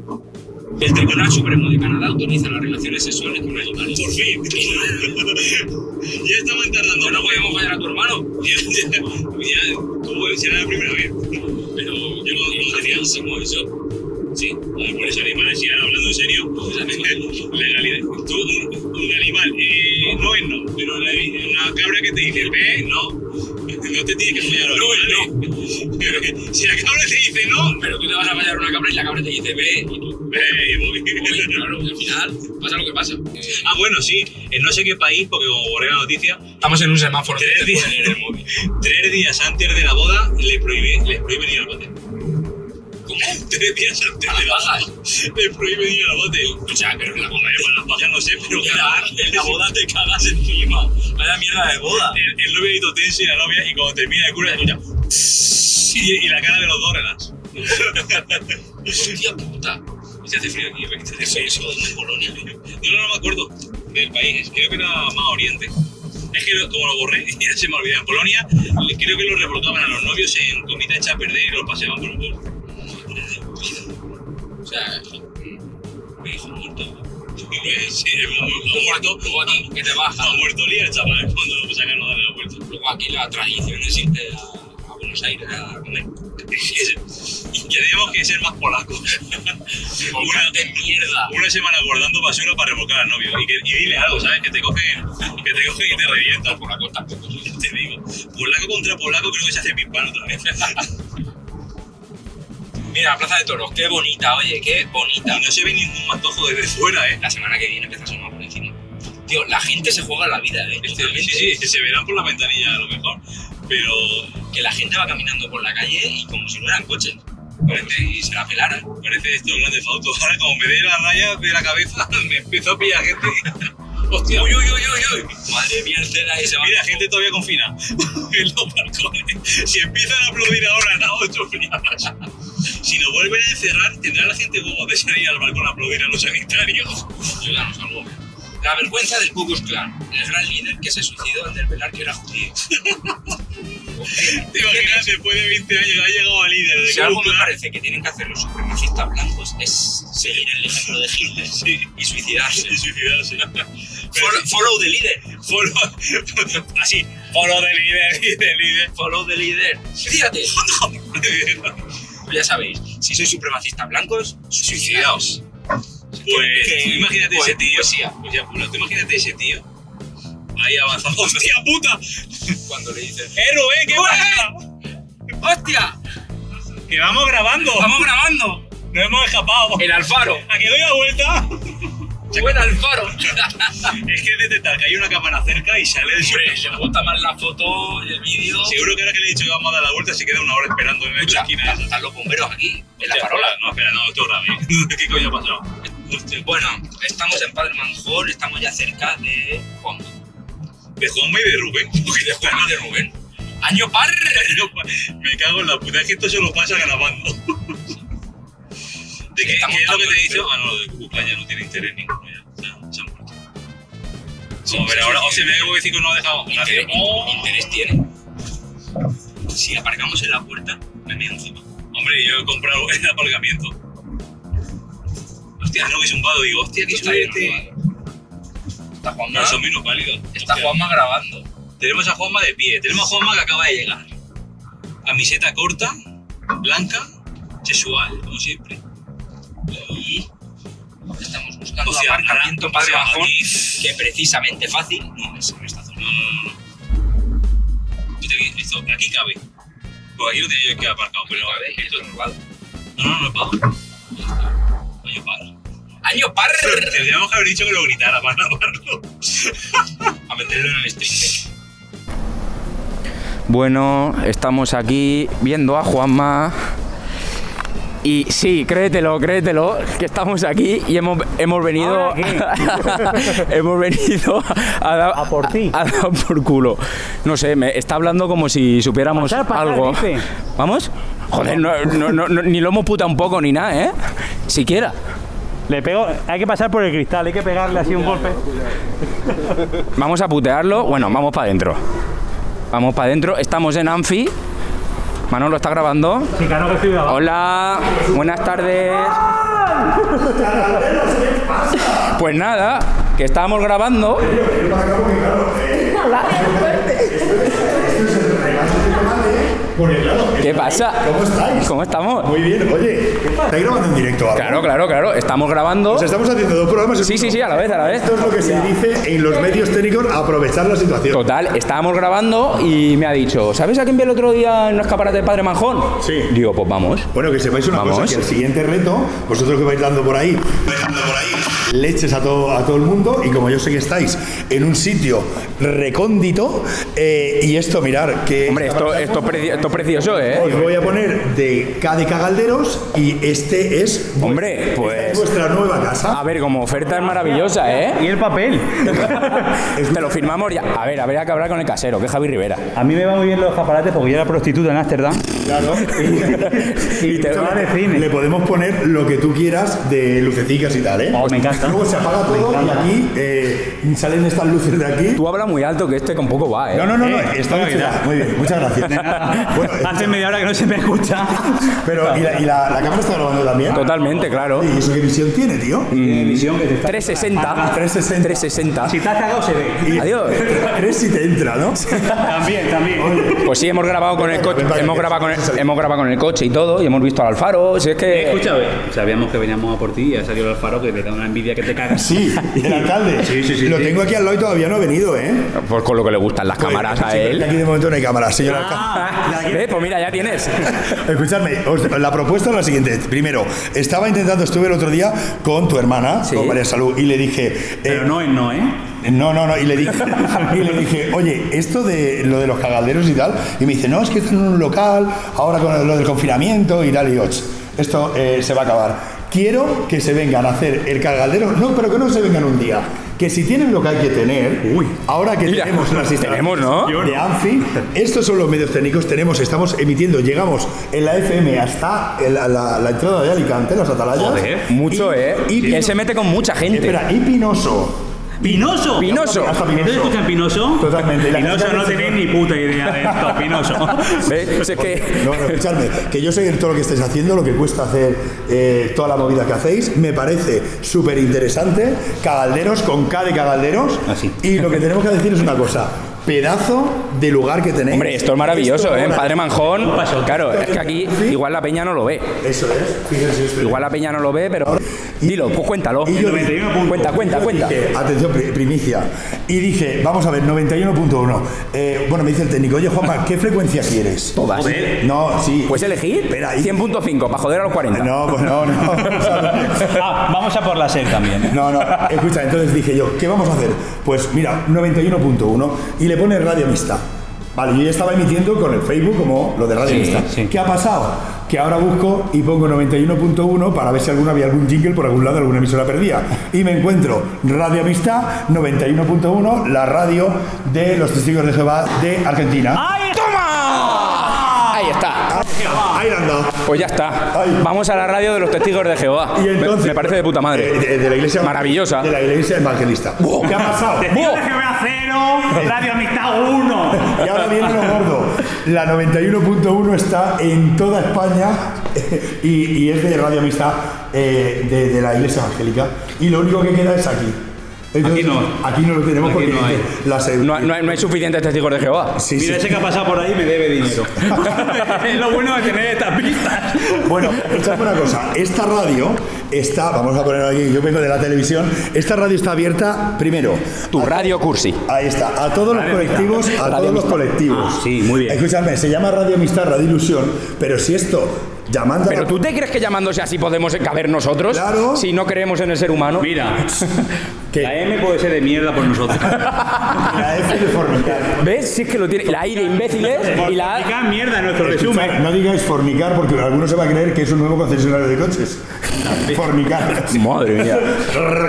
Speaker 4: El Tribunal Supremo de Canadá autoriza las relaciones sexuales con animales. Por fin. ya estamos tardando. no podíamos fallar a tu hermano. ya, ya, como será la primera vez. Pero yo no, no tenía como eso. Sí, a por eso animales, ya hablando en serio, legalidad. Tú, un, un animal, eh, no es no, pero la, una cabra que te dice, eh, no, no te tienes que fallar a los no, no. si la cabra te dice no, pero tú te vas a fallar una cabra y la cabra te dice, ve, y tú, ve, y voy. claro, y al final pasa lo que pasa. Ah, bueno, sí, en no sé qué país, porque como borré la noticia,
Speaker 5: Estamos en un semáforo.
Speaker 4: tres días, tres días antes de la boda le prohíbe, les prohíben ir al bote. ¿Cómo? Tres días antes de la boda le prohíben ir al bote. O sea, pero en la boda es para Ya no sé, pero cagar, en la boda te cagas encima. Vaya mierda de boda. El, el novio todo tenso y la novia, y cuando termina el cura, escucha. Y, y la cara de los dos relax. Hostia puta. Se hace frío aquí, ¿verdad? Se hace frío. ¿Dónde es Polonia? Yo no, no me acuerdo del país, creo que era más oriente. Es que como lo borré, ya se me olvidó. En Polonia creo que lo reportaban a los novios en comida hecha a perder y los paseaban por un pueblo. O sea, mi hijo muerto. Sí, ha muerto. Luego aquí, que te baja. Ha muerto Lía, chaval, cuando lo sacan no darle la vuelta. Luego aquí la tradición es irte a, a Buenos Aires a comer. Tenemos que ser más polacos. una de mierda. Una semana guardando basura para revocar al novio. Y, que, y dile algo, ¿sabes? Que te cogen, que te cogen y te revientan. Polaco tampoco. Te digo. Polaco contra polaco creo que se hace pimpán otra vez. Mira, Plaza de Toros, qué bonita, oye, qué bonita. Y no se ve ningún matojo desde fuera, ¿eh? La semana que viene empieza a sonar por encima. Tío, la gente se juega la vida, ¿eh? sí, sí, se verán por la ventanilla a lo mejor. Pero que la gente va caminando por la calle y como si no eran coches. Parece, y se la pelaran. Parece esto grande foto. Ahora como me dé la raya de la cabeza, me empiezo a pillar gente.
Speaker 2: Hostia, uy, uy, uy, uy, uy. Madre mía, el tela ese. Mira, gente todavía confina. en los balcones. Si empiezan a aplaudir ahora a las 8 frías. Si nos vuelven a encerrar, tendrá la gente huevo de salir al balcón a aplaudir a los sanitarios. Yo ya no salgo. La vergüenza del Ku Klux Klan, el gran líder que se suicidó al desvelar que era judío. Te imaginas, después de 20 años ha llegado a líder. Si algo me parece que tienen que hacer los supremacistas blancos es seguir el ejemplo de Hitler y suicidarse. Y suicidarse. follow, follow the leader. Follow, así, follow the leader, leader, leader. Follow the leader. Fíjate. Pues ya sabéis, si sois supremacistas blancos, suicidaos. Pues, tú imagínate ese tío. Pues ya, pues, tú imagínate ese tío. Ahí avanzando. ¡Hostia puta! Cuando le dicen. ¡Héroe, qué pasa! ¡Hostia! ¡Que vamos grabando! ¡Vamos grabando! ¡Nos hemos escapado! ¡El Alfaro! ¡A que doy la vuelta! ¡Buen Alfaro! es que es detectar que hay una cámara cerca y sale de sorpresa. Le gusta más la foto y el vídeo. Seguro que ahora que le he dicho que vamos a dar la vuelta se queda una hora esperando en esta esquina. Están los bomberos aquí, en la farola. No, espera, no, esto es grave. ¿Qué coño ha pasado? Hostia, Bueno, estamos en Padre Manjol, estamos ya cerca de Juanma. De Juanma y de Rubén. De Juanma y de Rubén. ¡Año par! Me cago en la puta, es que esto se lo pasa grabando. ¿De qué, qué es lo que te he dicho? Ah, no, lo de Cucuclán ya no tiene interés ninguno ya. O sea, se han muerto. Como ver, ahora, o si me debo decir que no ha dejado. Interés, interés tiene. Si aparcamos en la puerta, me meo encima. Hombre, yo he comprado el aparcamiento. Hostia, no, que es un vado. Digo, hostia, que está este. Está Juanma. No, son menos pálidos. Está Juanma grabando. Tenemos a Juanma de pie. Tenemos a Juanma que acaba de llegar. Camiseta corta, blanca, sexual, como siempre. Y estamos buscando aparcamiento en Padre Bajón, que precisamente fácil no es en esta zona. No, no, no. Fíjate Mm. que esto- aquí cabe. Pues aquí lo tenía yo que aparcado, pero esto es robado. No, no, no es pago. Año par. ¡Año par! Tendríamos que haber dicho que lo gritara para grabarlo. A meterlo en el stream.
Speaker 1: Bueno, estamos aquí viendo a Juanma. Y sí, créetelo, créetelo, que estamos aquí y hemos, hemos venido.
Speaker 7: ¿Ahora qué?
Speaker 1: hemos venido a, dar-
Speaker 7: A por ti.
Speaker 1: A, dar por culo. No sé, me está hablando como si supiéramos
Speaker 7: Pasar, pasar,
Speaker 1: algo.
Speaker 7: dice.
Speaker 1: ¿Vamos? Joder, no- no- no- no- ni lo hemos puta un poco ni nada, ¿eh? Siquiera.
Speaker 7: Le pego, hay que pasar por el cristal, hay que pegarle así un golpe.
Speaker 1: Vamos a putearlo. Bueno, vamos para adentro. Vamos para adentro. Estamos en Anfi. Manolo está grabando.
Speaker 7: Sí, claro que estoy grabando.
Speaker 1: Hola, buenas tardes. Pues nada, que estábamos grabando. ¿Qué pasa?
Speaker 8: ¿Cómo estáis?
Speaker 1: ¿Cómo estamos?
Speaker 8: Muy bien, oye, ¿estáis grabando en directo algo?
Speaker 1: Claro, claro, claro. Estamos grabando.
Speaker 8: O sea, estamos haciendo dos programas. en
Speaker 1: Sí, sí,
Speaker 8: uno.
Speaker 1: sí, a la vez, a la vez.
Speaker 8: Esto es lo que se dice en los medios técnicos, aprovechar la situación.
Speaker 1: Total, estábamos grabando y me ha dicho, ¿sabes a quién vi el otro día en los escaparate de Padre Manjón?
Speaker 8: Sí.
Speaker 1: Digo, pues vamos.
Speaker 8: Bueno, que sepáis una
Speaker 1: Vamos.
Speaker 8: cosa, que el siguiente reto, vosotros que vais dando por ahí, leches a todo, a todo el mundo, y como yo sé que estáis en un sitio recóndito, eh, y esto, mirar que...
Speaker 1: Hombre, esto, esto, es preci- esto es precioso, ¿eh?
Speaker 8: Os voy a poner de K de Cagalderos, y este es... vuest-
Speaker 1: Hombre,
Speaker 8: esta es
Speaker 1: pues...
Speaker 8: Vuestra nueva casa.
Speaker 7: Ah,
Speaker 1: A ver, como oferta es maravillosa, ¿eh?
Speaker 7: Y el papel.
Speaker 1: Te lo firmamos ya. A ver, a ver, a que hablar con el casero, que es Javi Rivera.
Speaker 7: A mí me va muy bien los escaparates porque yo era prostituta en Ámsterdam.
Speaker 8: Claro.
Speaker 7: Y, chaval de cine.
Speaker 8: Le podemos poner lo que tú quieras de lucecicas y tal, ¿eh?
Speaker 7: me encanta.
Speaker 8: Luego se apaga todo y aquí eh, salen estas luces de aquí.
Speaker 1: Tú hablas muy alto, que este con poco va, ¿eh?
Speaker 8: No, no, no, no,
Speaker 7: Eh,
Speaker 8: está muy chula. Muy bien, muchas gracias. Bueno, eh,
Speaker 7: Hace media hora que no se me escucha.
Speaker 8: pero, ¿y, la, y la- la cámara está grabando también?
Speaker 1: Totalmente, claro. Mm,
Speaker 8: ¿Y eso qué visión tiene, tío?
Speaker 7: Mm. Visión que te está-
Speaker 1: 360.
Speaker 8: 360.
Speaker 1: 360.
Speaker 7: Si te has cagado se ve.
Speaker 8: Y-
Speaker 1: Adiós.
Speaker 8: Tres si te entra, ¿no?
Speaker 7: También, también.
Speaker 1: Pues sí, hemos grabado con el coche,
Speaker 8: Ven para que
Speaker 1: hemos
Speaker 8: te-
Speaker 1: grabado con el, hemos grabado con el coche y todo, y hemos visto al Alfaro, si es que...
Speaker 4: Escúchame. Sabíamos que veníamos a por ti y ha salido el Alfaro que te da una envidia que te cagas.
Speaker 8: Sí, el alcalde.
Speaker 4: Sí, sí, sí,
Speaker 8: Lo
Speaker 4: sí.
Speaker 8: tengo aquí al lado y todavía no ha venido, ¿eh?
Speaker 1: Pues con lo que le gustan las cámaras a
Speaker 8: Sí, pero
Speaker 1: él.
Speaker 8: Aquí de momento no hay cámara, señor alcalde.
Speaker 1: ¿Ves? Pues mira, ya tienes.
Speaker 8: Escuchadme, os- la propuesta es la siguiente. Primero, estaba intentando, estuve el otro día con tu hermana,
Speaker 1: Sí.
Speaker 8: con María Salud, y le dije. eh,
Speaker 4: Pero no es no, ¿eh?
Speaker 8: no, no, no, y le dije, y le dije, oye, esto de lo de los cagalderos y tal, y me dice, no, es que están en un local, ahora con lo del confinamiento y tal, y digo, "Ch, esto eh, se va a acabar. Quiero que se vengan a hacer el cagaldero, no, pero que no se vengan un día, que si tienen lo que hay que tener,
Speaker 5: Uy.
Speaker 8: ahora que
Speaker 1: Mira,
Speaker 8: tenemos las
Speaker 1: tenemos, ¿no?
Speaker 8: de Anfi, estos son los medios técnicos, tenemos, estamos emitiendo, llegamos en la FM hasta el- la, la entrada de Alicante, las atalayas.
Speaker 5: Joder,
Speaker 1: Mucho,
Speaker 8: Y-
Speaker 1: ¿eh?
Speaker 8: Y,
Speaker 1: Él se mete con mucha gente.
Speaker 8: espera, y Pinoso.
Speaker 6: ¡Pinoso!
Speaker 1: Pinoso.
Speaker 8: Hasta
Speaker 6: ¿Entonces
Speaker 8: Pinoso.
Speaker 6: escuchan Pinoso?
Speaker 8: Totalmente. Y la
Speaker 6: Pinoso
Speaker 8: gente
Speaker 6: no
Speaker 8: dice-
Speaker 6: tenéis ni puta idea de esto, Pinoso.
Speaker 1: ¿Ves? Es que
Speaker 8: No, no, escuchadme, que yo sé que todo lo que estáis haciendo, lo que cuesta hacer eh, toda la movida que hacéis, me parece súper interesante. Cagalderos con K de Cagalderos.
Speaker 6: Así.
Speaker 8: Y lo que tenemos que decir es una cosa: pedazo de lugar que tenéis.
Speaker 1: Hombre, esto es maravilloso,
Speaker 8: Esto
Speaker 1: ¿eh?
Speaker 8: mola.
Speaker 1: Padre Manjón. Claro, es que aquí
Speaker 8: Sí.
Speaker 1: igual la peña no lo ve.
Speaker 8: Eso es, fíjense ustedes.
Speaker 1: Igual la peña no lo ve, pero. Dilo, pues cuéntalo.
Speaker 8: Y yo-
Speaker 1: Cuenta, cuenta, cuenta.
Speaker 8: Dije, atención, pri- primicia. Y dije, vamos a ver, 91.1. Eh, bueno, me dice el técnico, oye Juanma, ¿qué frecuencia quieres?
Speaker 1: Todas.
Speaker 8: No, sí.
Speaker 1: Pues elegir
Speaker 8: Espera, y-
Speaker 1: 100.5 para joder a los 40.
Speaker 8: No, pues no, no. O sea,
Speaker 6: Ah, vamos a por la SER también.
Speaker 8: No, no, escucha, entonces dije yo, ¿qué vamos a hacer? Pues mira, 91.1 y le pone Radio Amistad. Vale, yo ya estaba emitiendo con el Facebook como lo de Radio Amistad.
Speaker 6: sí.
Speaker 8: ¿Qué ha pasado? Que ahora busco y pongo 91.1 para ver si alguna había algún jingle por algún lado, alguna emisora perdía. Y me encuentro Radio Amistad 91.1, la radio de los testigos de Jehová de Argentina.
Speaker 6: ¡Ay!
Speaker 1: ¡Toma! Ahí está.
Speaker 8: Ahí la han dado.
Speaker 1: Pues ya está.
Speaker 8: Ay.
Speaker 1: Vamos a la radio de los testigos de Jehová.
Speaker 8: Y
Speaker 1: Me-
Speaker 8: entonces,
Speaker 1: me, parece de puta madre.
Speaker 8: Eh, De, de la iglesia
Speaker 1: Maravillosa.
Speaker 8: De la iglesia evangelista. ¿Qué ha pasado?
Speaker 6: Testigos de Jehová 0, Radio Amistad 1.
Speaker 8: Y ahora viene lo gordo. La 91.1 está en toda España eh, y, y es de Radio Amistad eh, de, de la Iglesia Evangélica. Y lo único que queda es aquí. Entonces,
Speaker 6: Aquí no.
Speaker 8: Aquí no lo tenemos
Speaker 6: Aquí
Speaker 8: porque
Speaker 6: no hay.
Speaker 8: la se-
Speaker 1: No, no hay, no hay suficientes testigos de Jehová.
Speaker 8: Sí,
Speaker 6: Mira,
Speaker 8: sí.
Speaker 6: ese que ha pasado por ahí me debe dinero. es lo bueno de tener estas pistas.
Speaker 8: Bueno, escuchadme una cosa. Esta radio está, vamos a poner aquí, yo vengo de la televisión. Esta radio está abierta primero.
Speaker 1: Tu radio cursi.
Speaker 8: Ahí está, a todos los colectivos, a todos los colectivos.
Speaker 6: sí, muy bien.
Speaker 8: Escúchame, se llama Radio Amistad, Radio Ilusión, pero si esto llamando a
Speaker 1: ¿Pero
Speaker 8: la-
Speaker 1: tú te crees que llamándose así podemos caber nosotros?
Speaker 8: Claro.
Speaker 1: Si no creemos en el ser humano.
Speaker 6: Mira,
Speaker 8: ¿Qué?
Speaker 6: la M puede ser de mierda por nosotros.
Speaker 8: La F de fornicar.
Speaker 1: ¿Ves? Si es que lo tiene. La I de imbéciles y la A.
Speaker 6: Explica mierda en nuestro resumen.
Speaker 8: No digáis fornicar porque alguno se va a creer que es un nuevo concesionario de coches. fornicar.
Speaker 1: Madre mía.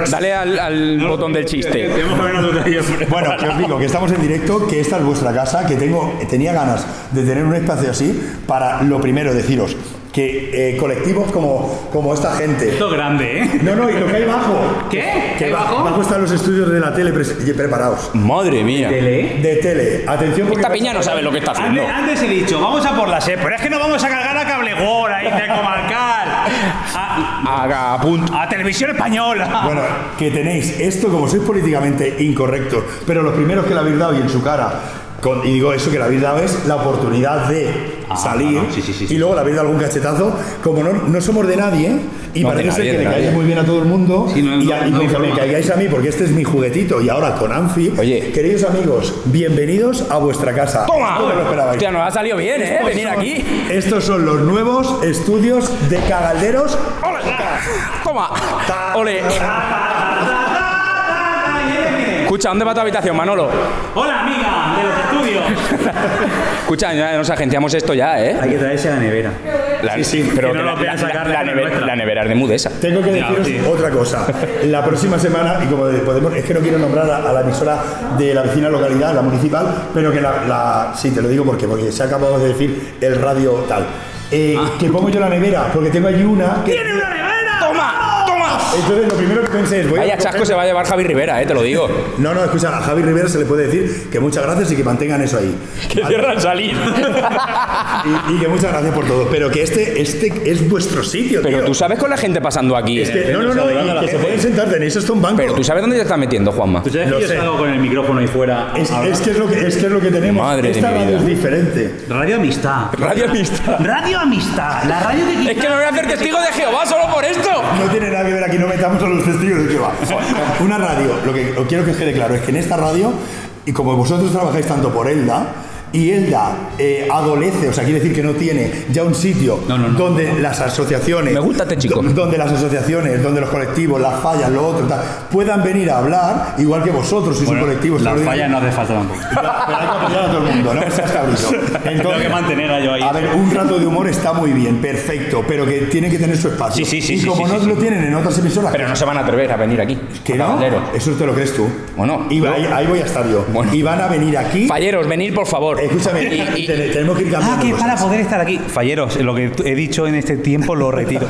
Speaker 1: Dale al, al botón del chiste.
Speaker 6: Tenemos que ver otro taller.
Speaker 8: Bueno, que os digo que estamos en directo, que esta es vuestra casa, que tengo, tenía ganas de tener un espacio así para lo primero deciros que eh, colectivos como, como esta gente.
Speaker 6: Esto es grande, ¿eh?
Speaker 8: No, no, y lo que hay bajo.
Speaker 6: ¿Qué?
Speaker 8: Que
Speaker 6: ¿Hay
Speaker 8: bajo?
Speaker 6: bajo?
Speaker 8: Bajo están los estudios de la tele pres- ye- preparados.
Speaker 1: Madre mía.
Speaker 6: ¿Tele?
Speaker 8: De tele. Atención porque.
Speaker 1: Esta peña no sabe lo que está haciendo.
Speaker 6: Antes, antes he dicho, vamos a por la SER, pero es que no vamos a cargar a Cable World, a Intercomarcal, a,
Speaker 1: Haga punto.
Speaker 6: a Televisión Española.
Speaker 8: Bueno, que tenéis esto como sois políticamente incorrectos, pero los primeros que la habéis dado y en su cara, con- y digo eso que la habéis dado es la oportunidad de
Speaker 1: Ah,
Speaker 8: salir
Speaker 6: no, no, sí, sí, sí,
Speaker 8: y
Speaker 6: sí.
Speaker 8: luego la habéis dado algún cachetazo, como no, no somos de nadie y
Speaker 1: No,
Speaker 8: parece
Speaker 1: de
Speaker 8: ser
Speaker 1: nadie,
Speaker 8: que
Speaker 1: de
Speaker 8: le
Speaker 1: nadie.
Speaker 8: caéis muy bien a todo el mundo
Speaker 6: Sí, no,
Speaker 8: y,
Speaker 6: no,
Speaker 8: a- y
Speaker 6: no,
Speaker 8: conforme
Speaker 6: no.
Speaker 8: caigáis a mí porque este es mi juguetito y ahora con Anfi,
Speaker 1: Oye.
Speaker 8: queridos amigos, bienvenidos a vuestra casa.
Speaker 1: ¡Toma!
Speaker 8: Esto no lo esperabais.
Speaker 1: Hostia, nos ha salido bien, ¿eh? Venir
Speaker 8: Estos son-
Speaker 1: aquí.
Speaker 8: Estos son los nuevos estudios de Cagalderos.
Speaker 1: Toma.
Speaker 8: Ta-
Speaker 1: Ole. Escucha, ¿dónde va tu habitación, Manolo?
Speaker 6: Hola, amiga de los estudios.
Speaker 1: Escucha, ya nos agenciamos esto ya, ¿eh?
Speaker 6: Hay que traerse a la nevera.
Speaker 1: La-
Speaker 6: que
Speaker 1: pero
Speaker 6: no
Speaker 1: que
Speaker 6: lo
Speaker 1: la,
Speaker 6: vean
Speaker 1: la-
Speaker 6: sacar de
Speaker 1: la
Speaker 6: la
Speaker 1: neve-
Speaker 6: nuestra.
Speaker 1: la nevera es de Mudesa.
Speaker 8: Tengo que deciros otra cosa. La próxima semana, y como podemos, es que no quiero nombrar a, a la emisora de la vecina localidad, la municipal, pero que la, la- sí, te lo digo porque, porque se ha acabado de decir el radio tal. Eh,
Speaker 1: Ah.
Speaker 8: Que pongo yo la nevera, porque tengo allí una. Que,
Speaker 6: ¡Tiene una nevera!
Speaker 1: ¡Toma! ¡Toma!
Speaker 8: entonces lo primero que pensé es voy a
Speaker 1: Vaya
Speaker 8: recoger-
Speaker 1: chasco se va a llevar Javi Rivera, eh, te lo digo.
Speaker 8: No, no, escucha, a Javi Rivera se le puede decir que muchas gracias y que mantengan eso ahí.
Speaker 1: Que cierra al salir.
Speaker 8: Y, y que muchas gracias por todo. Pero que este, este es vuestro sitio,
Speaker 1: Pero
Speaker 8: tío.
Speaker 1: tú sabes con la gente pasando aquí.
Speaker 8: Es que, no, no, no, y que se pueden sentar, tenéis esto un banco.
Speaker 1: Pero tú sabes dónde te estás metiendo, Juanma.
Speaker 6: ¿Tú sabes
Speaker 8: Lo
Speaker 6: que yo
Speaker 8: sé.
Speaker 6: salgo con el micrófono ahí fuera?
Speaker 8: Es,
Speaker 6: ahora?
Speaker 8: es que es lo que, es que es lo que tenemos.
Speaker 1: Madre de
Speaker 8: Esta
Speaker 1: mi
Speaker 8: radio
Speaker 1: vida.
Speaker 8: es diferente.
Speaker 6: Radio Amistad.
Speaker 1: Radio Amistad.
Speaker 6: Radio Amistad. La radio que
Speaker 1: Es que me voy a hacer testigo de Jehová solo por esto.
Speaker 8: No tiene nada que ver aquí, no metamos a los testigos de Jehová. Una radio, lo que quiero que os quede claro es que en esta radio, y como vosotros trabajáis tanto por Elda, y Elda eh, adolece, o sea, quiere decir que no tiene ya un sitio
Speaker 9: No, no, no.
Speaker 8: donde las asociaciones,
Speaker 9: Me gusta este chico.
Speaker 8: do- donde las asociaciones, donde los colectivos, las fallas, lo otro, tal, puedan venir a hablar, igual que vosotros, sois
Speaker 9: Bueno,
Speaker 8: un colectivo.
Speaker 9: la
Speaker 8: extraordinario.
Speaker 9: falla no hace falta tampoco.
Speaker 8: Pero hay que apoyar a todo el mundo, ¿no? Seas cabrito.
Speaker 9: Tengo que mantener a yo ahí.
Speaker 8: A ver, un rato de humor está muy bien, perfecto, pero que tiene que tener su espacio.
Speaker 9: Sí, sí, sí,
Speaker 8: Y
Speaker 9: sí,
Speaker 8: como
Speaker 9: sí,
Speaker 8: no
Speaker 9: sí,
Speaker 8: lo
Speaker 9: sí.
Speaker 8: tienen en otras emisoras,
Speaker 9: Pero no se van a atrever a venir aquí.
Speaker 8: que no,
Speaker 9: caballeros.
Speaker 8: eso te lo crees tú.
Speaker 9: Bueno,
Speaker 8: Y
Speaker 9: yo-
Speaker 8: ahí, ahí voy a estar yo.
Speaker 9: Bueno.
Speaker 8: Y van a venir aquí.
Speaker 9: Falleros, venir por favor.
Speaker 8: Escúchame,
Speaker 9: Y- y-
Speaker 8: te- tenemos que ir
Speaker 9: Ah,
Speaker 8: cambiando.
Speaker 9: que
Speaker 8: cosas.
Speaker 9: para poder estar aquí.
Speaker 6: Falleros, lo que he dicho en este tiempo lo retiro.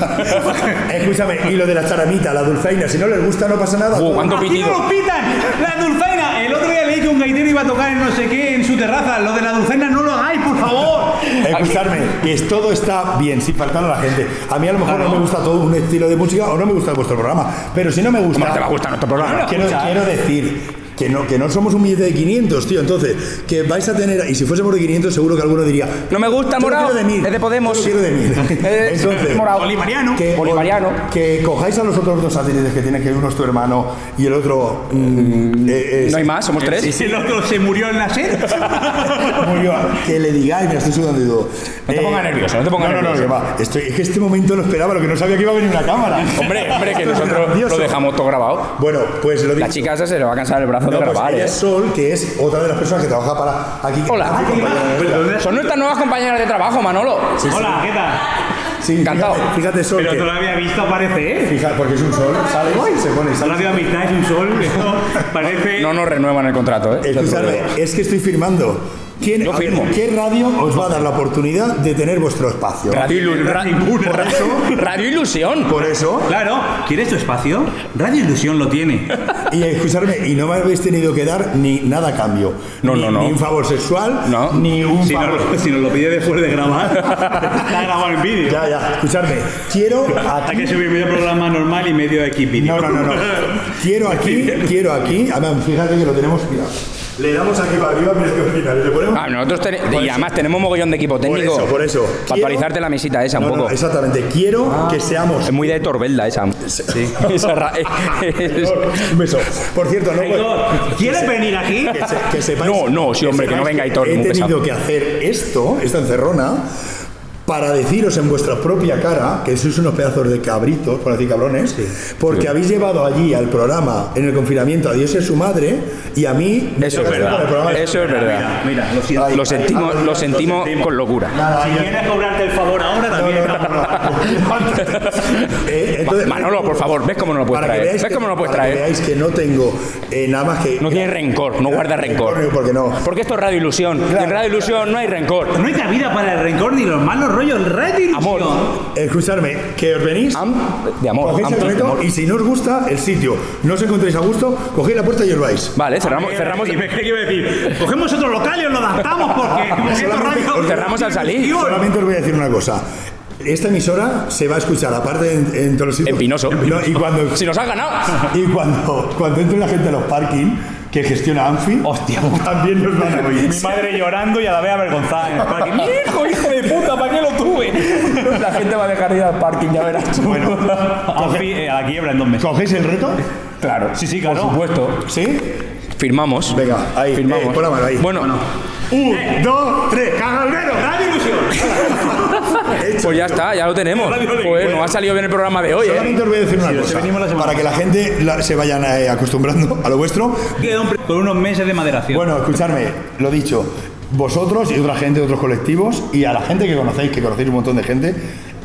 Speaker 8: Escúchame, y lo de la charamita, la dulzaina, si no les gusta no pasa nada.
Speaker 1: Uh, ¿Cuánto
Speaker 6: ¡Aquí no
Speaker 1: pitido?
Speaker 6: lo pitan! ¡La dulzaina! El otro día leí que un gaitero iba a tocar en no sé qué, en su terraza. Lo de la dulzaina no lo hagáis, por favor.
Speaker 8: Escucharme, que es- todo está bien, sin faltar a la gente. A mí a lo mejor no me gusta todo un estilo de música o no me gusta vuestro programa, pero si no me gusta.
Speaker 9: te va a gustar nuestro programa?
Speaker 8: Quiero, quiero decir. Que no, que no somos un billete de 500, tío. Entonces, que vais a tener. Y si fuésemos de 500, seguro que alguno diría.
Speaker 1: No me gusta,
Speaker 8: "Yo
Speaker 1: morado,
Speaker 8: quiero de mil,
Speaker 1: es de Podemos".
Speaker 8: yo quiero de mil".
Speaker 1: Es
Speaker 8: Entonces,
Speaker 1: morado.
Speaker 6: Bolivariano.
Speaker 8: Eh, que,
Speaker 1: Bolivariano.
Speaker 8: que cojáis a los otros dos satélites que tienen, que uno es tu hermano y el otro. mm, eh, es-
Speaker 1: No hay más, somos tres.
Speaker 6: El otro se murió en la sed.
Speaker 8: Murió. Que le digáis, me estoy sudando y todo.
Speaker 9: No te pongas nervioso, no te pongas
Speaker 8: no,
Speaker 9: nervioso.
Speaker 8: No, que va. Estoy, es que este momento lo esperaba, lo que no sabía que iba a venir una cámara.
Speaker 9: Hombre, hombre, que
Speaker 8: Esto es
Speaker 9: nosotros
Speaker 8: grandioso.
Speaker 9: lo dejamos todo grabado.
Speaker 8: Bueno, pues lo digo.
Speaker 1: La chica esa se le va a cansar el brazo
Speaker 8: No,
Speaker 1: de
Speaker 8: pues
Speaker 1: grabar,
Speaker 8: ella
Speaker 1: ¿eh?
Speaker 8: es Sol, que es otra de las personas que trabaja para aquí.
Speaker 1: Hola.
Speaker 8: Ah, compañera, ¿verdad?
Speaker 1: Son nuestras nuevas compañeras de trabajo, Manolo.
Speaker 6: Hola, ¿qué tal?
Speaker 8: Sí,
Speaker 1: Encantado.
Speaker 8: Fíjate, fíjate, Sol.
Speaker 6: Pero
Speaker 8: que-
Speaker 6: no lo había visto, parece, ¿eh?
Speaker 8: fija- porque es un sol, sale y se
Speaker 6: No
Speaker 8: pone.
Speaker 6: lo
Speaker 8: Sale.
Speaker 6: había visto, es un sol. Esto parece...
Speaker 1: No nos renuevan el contrato, ¿eh? Ya te lo
Speaker 8: Escuchadme,
Speaker 1: digo.
Speaker 8: es que estoy firmando. ¿Quién,
Speaker 1: Yo
Speaker 8: a ver,
Speaker 1: firmo.
Speaker 8: ¿Qué radio os va a dar la oportunidad de tener vuestro espacio?
Speaker 1: Radio, Ilu- Ra-
Speaker 6: Ninguna.
Speaker 1: Radio Ilusión.
Speaker 8: Por eso.
Speaker 6: Claro, ¿quieres tu espacio? Radio Ilusión lo tiene.
Speaker 8: Y escucharme, y no me habéis tenido que dar ni nada a cambio.
Speaker 1: No,
Speaker 8: ni,
Speaker 1: no, no.
Speaker 8: Ni un favor sexual,
Speaker 1: No.
Speaker 8: ni un
Speaker 6: Si
Speaker 8: favor.
Speaker 6: nos, si nos lo pide después de grabar, está grabado en vídeo.
Speaker 8: Ya, ya, escuchadme. Quiero aquí.
Speaker 6: Hay que subir medio programa normal y medio aquí vídeo.
Speaker 8: No, no, no, no. Quiero aquí, quiero aquí. Además, fíjate que lo tenemos. Mira, le damos aquí para arriba, pero es que al final le ponemos.
Speaker 1: Ah, nosotros ten-
Speaker 8: Por
Speaker 1: y
Speaker 8: eso.
Speaker 1: además tenemos mogollón de equipo
Speaker 8: Por
Speaker 1: técnico.
Speaker 8: eso, por eso.
Speaker 1: Para
Speaker 8: Quiero-
Speaker 1: actualizarte la mesita esa un
Speaker 8: No, no,
Speaker 1: poco. Ah.
Speaker 8: exactamente. Quiero que seamos.
Speaker 1: Es muy de Torbelda esa. Sí. Esa ra- es-
Speaker 8: Un beso. Por cierto, no.
Speaker 6: Aitor, ¿Quieres venir aquí?
Speaker 8: que, se- que sepáis-
Speaker 1: No, no, sí, hombre, que no
Speaker 8: sepáis
Speaker 1: venga Aitor,
Speaker 8: He
Speaker 1: muy
Speaker 8: tenido
Speaker 1: pesado.
Speaker 8: que hacer esto, esta encerrona, para deciros en vuestra propia cara que sois unos pedazos de cabritos, por decir cabrones, porque habéis llevado allí al programa en el confinamiento a Dios es su madre y a mí. me
Speaker 1: Eso es
Speaker 8: sacas con el programa
Speaker 1: verdad.
Speaker 8: de-
Speaker 1: Eso es verdad.
Speaker 6: Mira, lo siento.
Speaker 8: Ay,
Speaker 1: Lo
Speaker 8: ay,
Speaker 1: sentimos,
Speaker 8: ay,
Speaker 1: lo
Speaker 8: ay,
Speaker 1: sentimos con locura.
Speaker 8: Nada,
Speaker 6: Si
Speaker 8: ya-
Speaker 6: quieres cobrarte el favor ahora, también estamos.
Speaker 8: Eh, entonces-
Speaker 1: Manolo, por favor, ¿ves cómo no lo puedes
Speaker 8: para que
Speaker 1: traer?
Speaker 8: veáis
Speaker 1: ¿Ves
Speaker 8: que-
Speaker 1: cómo no lo puedes
Speaker 8: para que
Speaker 1: traer?
Speaker 8: veáis que no tengo eh, nada más que.
Speaker 1: No tiene rencor, no guarda rencor.
Speaker 8: Porque no.
Speaker 1: Porque esto es Radio Ilusión. y en Radio Ilusión no hay rencor.
Speaker 6: No hay cabida para el rencor ni los malos rollos. Radio Ilusión.
Speaker 1: Amor.
Speaker 8: Escuchadme, eh, que os venís.
Speaker 1: Am- de amor.
Speaker 8: Cogéis
Speaker 1: am-
Speaker 8: el
Speaker 1: de
Speaker 8: reto
Speaker 1: amor.
Speaker 8: y si no os gusta el sitio, no os encontréis a gusto, cogéis la puerta y os vais.
Speaker 1: Vale, cerramos, cerramos,
Speaker 6: Y me creí que iba a decir, cogemos otro local y os lo adaptamos porque...
Speaker 8: Solamente
Speaker 6: radio-
Speaker 8: os
Speaker 1: cerramos al salir.
Speaker 6: Ilusión.
Speaker 8: Solamente os voy a decir una cosa. Esta emisora se va a escuchar, aparte en, en todos los sitios.
Speaker 1: En Pinoso.
Speaker 8: No, y cuando,
Speaker 1: Si nos ha ganado.
Speaker 8: y cuando, cuando entre la gente a los parking que gestiona Anfi,
Speaker 6: Hostia,
Speaker 8: también nos van a oír.
Speaker 6: Mi madre llorando y a la vez avergonzada en el parque.
Speaker 1: Hijo, hijo de puta, ¿para qué lo tuve? La gente va a dejar de ir al parking, ya verás tú.
Speaker 8: Bueno,
Speaker 6: Alfie, eh, a la quiebra en dos meses.
Speaker 8: ¿cogéis el reto?
Speaker 1: Claro.
Speaker 6: Sí, sí, claro.
Speaker 1: Por supuesto.
Speaker 8: ¿Sí?
Speaker 1: Firmamos.
Speaker 8: Venga, ahí,
Speaker 1: Firmamos.
Speaker 8: eh, pon la mano ahí.
Speaker 1: Bueno,
Speaker 8: Un, dos, tres, cagalero.
Speaker 6: Radio Ilusión.
Speaker 1: pues ya está, ya lo tenemos.
Speaker 6: Radio
Speaker 1: Pues no ha salido bien el programa de hoy, ¿eh?
Speaker 8: Solamente os voy a decir una cosa, para que la gente la- se vayan eh, acostumbrando a lo vuestro.
Speaker 6: Queda un pre- Con unos meses de maderación.
Speaker 8: Bueno, escuchadme, lo dicho, vosotros y otra gente de otros colectivos y a la gente que conocéis, que conocéis un montón de gente,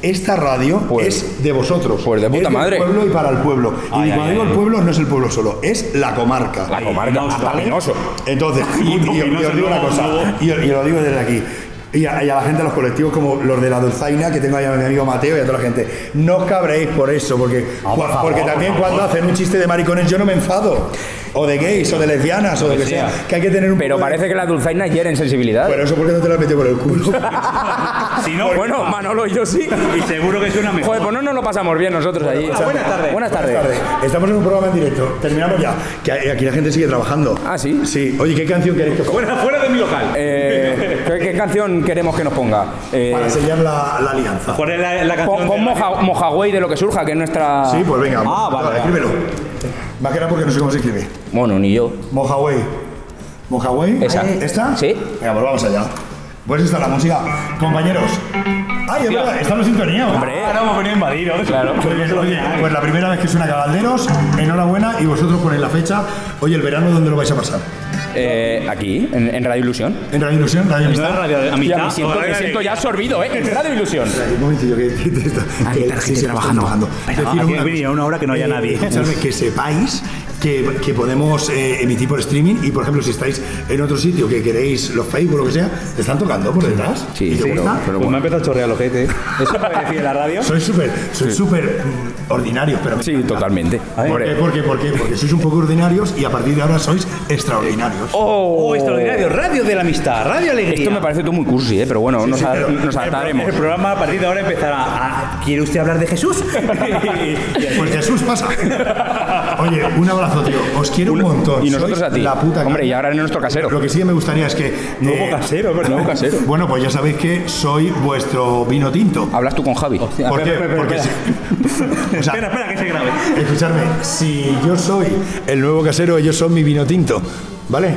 Speaker 8: esta radio
Speaker 1: Pues-
Speaker 8: es de vosotros.
Speaker 1: pues de puta
Speaker 8: Es del
Speaker 1: madre.
Speaker 8: pueblo y para el pueblo. y
Speaker 6: Ay,
Speaker 8: cuando
Speaker 6: ay,
Speaker 8: digo
Speaker 6: ay.
Speaker 8: el pueblo, no es el pueblo solo, es la comarca.
Speaker 1: La comarca,
Speaker 6: Pinoso.
Speaker 1: hasta Pinoso.
Speaker 8: Entonces, y, y- y os digo una cosa, y, y lo digo desde aquí. Y a, y a la gente de los colectivos como los de la Dulzaina, que tengo ahí a mi amigo Mateo y a toda la gente. No os cabréis por eso, porque, cua- porque también cuando hacen un chiste de maricones yo no me enfado. O de gays, o de lesbianas, o de lo que sea. Que hay que tener un
Speaker 1: Pues Pero
Speaker 8: poco de-
Speaker 1: parece que las dulzainas hieren sensibilidad.
Speaker 8: Pero eso porque no te lo has metido por el culo.
Speaker 6: Ah, si no,
Speaker 1: Bueno, Manolo y yo sí.
Speaker 6: y seguro que suena mejor.
Speaker 1: Joder, pues no nos lo pasamos bien nosotros allí.
Speaker 8: Ah,
Speaker 6: buenas tardes.
Speaker 1: Buenas
Speaker 8: Tarde.
Speaker 1: tardes.
Speaker 8: Estamos en un programa en directo. Terminamos ya. Que aquí la gente sigue trabajando.
Speaker 1: Ah, ¿sí?
Speaker 8: Sí. Oye, ¿qué canción queréis que os
Speaker 6: Fuera, fuera de mi local.
Speaker 1: Eh, ¿qué, qué canción queremos que nos ponga? Eh,
Speaker 8: Para sellar la, la alianza.
Speaker 6: ¿Cuál es la, la canción?
Speaker 1: pon
Speaker 6: de
Speaker 1: pon
Speaker 6: la-
Speaker 1: Moja- Mojagüey de lo que surja, que es nuestra.
Speaker 8: Sí, pues venga.
Speaker 6: Ah, vale,
Speaker 8: Escríbelo. Más que nada porque no sé cómo se escribe.
Speaker 1: Bueno, ni yo.
Speaker 8: Mojaway. Mojaway.
Speaker 1: Esa.
Speaker 8: ¿Esta?
Speaker 1: Sí.
Speaker 8: Venga, pues vamos allá. Pues está la música. Compañeros. Ay, es verdad, estamos sintonizados.
Speaker 6: Ah,
Speaker 1: Ah,
Speaker 10: Ahora hemos venido invadidos. Claro.
Speaker 8: Pues,
Speaker 4: eh.
Speaker 8: oye, pues la primera vez que suena Cabalderos, enhorabuena y vosotros ponéis la fecha. Oye, el verano, ¿dónde lo vais a pasar?
Speaker 1: Eh, aquí, en, en Radio Ilusión.
Speaker 8: ¿En Radio Ilusión? Radio Amistad.
Speaker 1: Ya me siento, me siento ya absorbido, ¿eh? En Radio Ilusión.
Speaker 8: Un momentillo que que- que- que-
Speaker 4: está la gente
Speaker 8: sí, sí,
Speaker 4: trabajando.
Speaker 8: están
Speaker 4: Venga,
Speaker 8: Deciros
Speaker 4: va, que
Speaker 8: una
Speaker 4: viene
Speaker 8: cosa.
Speaker 4: una hora que no haya
Speaker 8: Eh,
Speaker 4: nadie.
Speaker 8: escuchadme, que sepáis que, que podemos eh, emitir por streaming y, por ejemplo, si estáis en otro sitio que queréis los Facebook o lo que sea, te están tocando por detrás.
Speaker 1: Sí,
Speaker 8: ¿Y te
Speaker 1: sí,
Speaker 8: gusta?
Speaker 1: pero- pero
Speaker 4: Pues me ha empezado a chorrear los ojete. ¿Eso es lo que decía la radio?
Speaker 8: Sois súper sois súper mm, ordinarios, pero... me
Speaker 1: Sí,
Speaker 8: encanta.
Speaker 1: totalmente.
Speaker 8: ¿Por qué?
Speaker 1: Hombre.
Speaker 8: ¿Por qué? ¿Por qué? Porque sois un poco ordinarios y a partir de ahora sois extraordinarios.
Speaker 4: Oh, extraordinario. Radio de la amistad, Radio Alegría.
Speaker 1: Esto me parece todo muy cursi, ¿eh? Pero bueno, nos,
Speaker 8: sí,
Speaker 1: a-
Speaker 8: pero- eh,
Speaker 1: nos adaptaremos.
Speaker 4: El programa a partir de ahora empezará a... ¿Quiere usted hablar de Jesús?
Speaker 8: Pues Jesús pasa. Oye, un abrazo, tío. Os quiero un, montón.
Speaker 1: Y nosotros
Speaker 8: Sois
Speaker 1: a ti.
Speaker 8: La puta
Speaker 1: Hombre, y
Speaker 8: caña.
Speaker 1: ahora en nuestro casero.
Speaker 8: Lo que sí que me gustaría es que. eh,
Speaker 4: casero, ¿verdad?
Speaker 1: Nuevo casero.
Speaker 8: Bueno, pues ya sabéis que soy vuestro vino tinto.
Speaker 1: Hablas tú con Javi.
Speaker 8: ¿Por qué? Porque si- o sea,
Speaker 4: Espera, espera, que se grabe.
Speaker 8: escuchadme, si yo soy el nuevo casero, ellos son mi vino tinto. ¿Vale?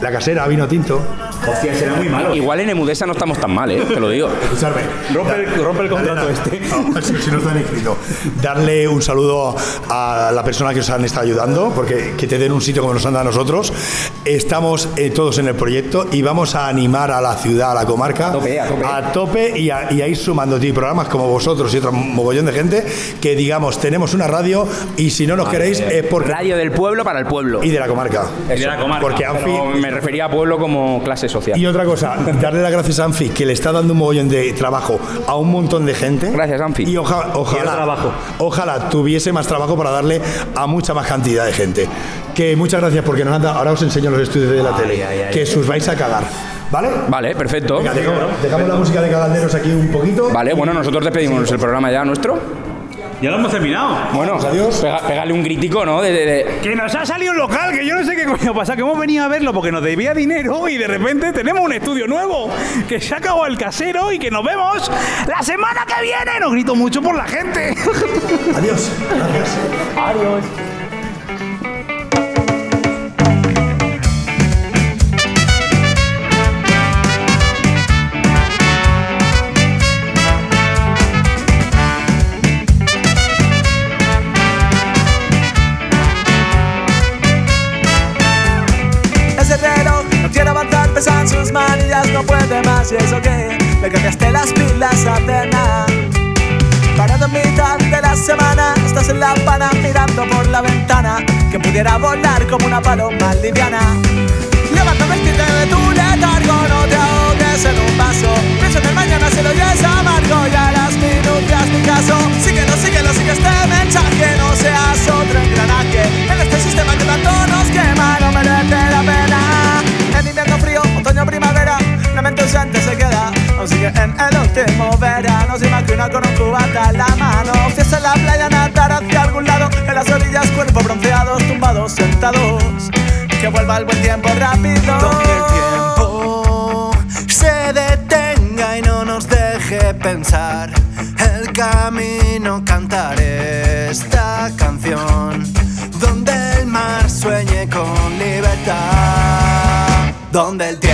Speaker 8: La casera, vino tinto.
Speaker 4: Hostia, será muy malo.
Speaker 1: Igual en Emudesa no estamos tan mal, ¿eh? Te lo digo.
Speaker 8: Escuchadme.
Speaker 4: Rompe el- rompe el contrato
Speaker 8: Dale,
Speaker 4: este.
Speaker 8: no, pues si, si no están inscrito. Darle un saludo a la persona que os han estado ayudando, porque que te den un sitio como nos han dado a nosotros. Estamos eh, todos en el proyecto y vamos a animar a la ciudad, a la comarca, a
Speaker 1: tope, a tope.
Speaker 8: tope y, a, y a ir sumando tío, programas como vosotros y otro mogollón de gente que digamos, tenemos una radio y si no nos queréis es por
Speaker 1: Radio del pueblo para el pueblo.
Speaker 8: y de la comarca.
Speaker 1: Eso.
Speaker 8: Porque
Speaker 1: Pero
Speaker 8: Anfi-
Speaker 1: me refería a pueblo como clase social.
Speaker 8: Y otra cosa, darle las gracias a Anfi, que le está dando un mogollón de trabajo a un montón de gente.
Speaker 1: Gracias, Anfi.
Speaker 8: Y oja- ojalá,
Speaker 4: Quiero trabajo.
Speaker 8: ojalá tuviese más trabajo para darle a mucha más cantidad de gente. Que muchas gracias porque nos han dado- Ahora os enseño los estudios de la tele, que sus vais a cagar. ¿Vale?
Speaker 1: Vale, perfecto.
Speaker 8: Venga, dejamos, dejamos la música de Cabalderos aquí un poquito.
Speaker 1: Vale, bueno, nosotros despedimos el programa ya nuestro.
Speaker 4: Ya lo hemos terminado.
Speaker 1: Bueno,
Speaker 8: Pues adiós.
Speaker 1: pega- pégale un crítico, ¿no? De, de- de-
Speaker 4: Que nos ha salido un local, que yo no sé qué coño pasa, que hemos venido a verlo porque nos debía dinero y de repente tenemos un estudio nuevo, que se ha acabado el casero y que nos vemos la semana que viene. Nos grito mucho por la gente.
Speaker 8: Adiós. Gracias.
Speaker 11: Ese reloj no quiere avanzar, pesan sus manillas, no puede más. Y eso que le cambiaste las pilas a Tena. Parado en mitad de la semana, estás en la pana mirando por la ventana. Que pudiera volar como una paloma liviana. Levanta vestirte de tu letargo, no te ahogues en un vaso. Piensa en el mañana si lo oyes amargo y a las minutas mi caso. Síguelo, síguelo, sigue este mensaje, no seas otro engranaje. En este sistema que tanto nos quema, no merece la pena. En invierno frío, otoño, primavera, la mente ausente se queda. Aún sigue en el último verano, se imagina con un cubata en la mano. Fiesta en la playa, nadar hacia algún lado. En las orillas, cuerpo bronceados, tumbados, sentados. Que vuelva el buen tiempo rápido.
Speaker 12: Que el tiempo se detenga y no nos deje pensar el camino, cantar esta canción, donde el mar sueñe con libertad, donde el tiempo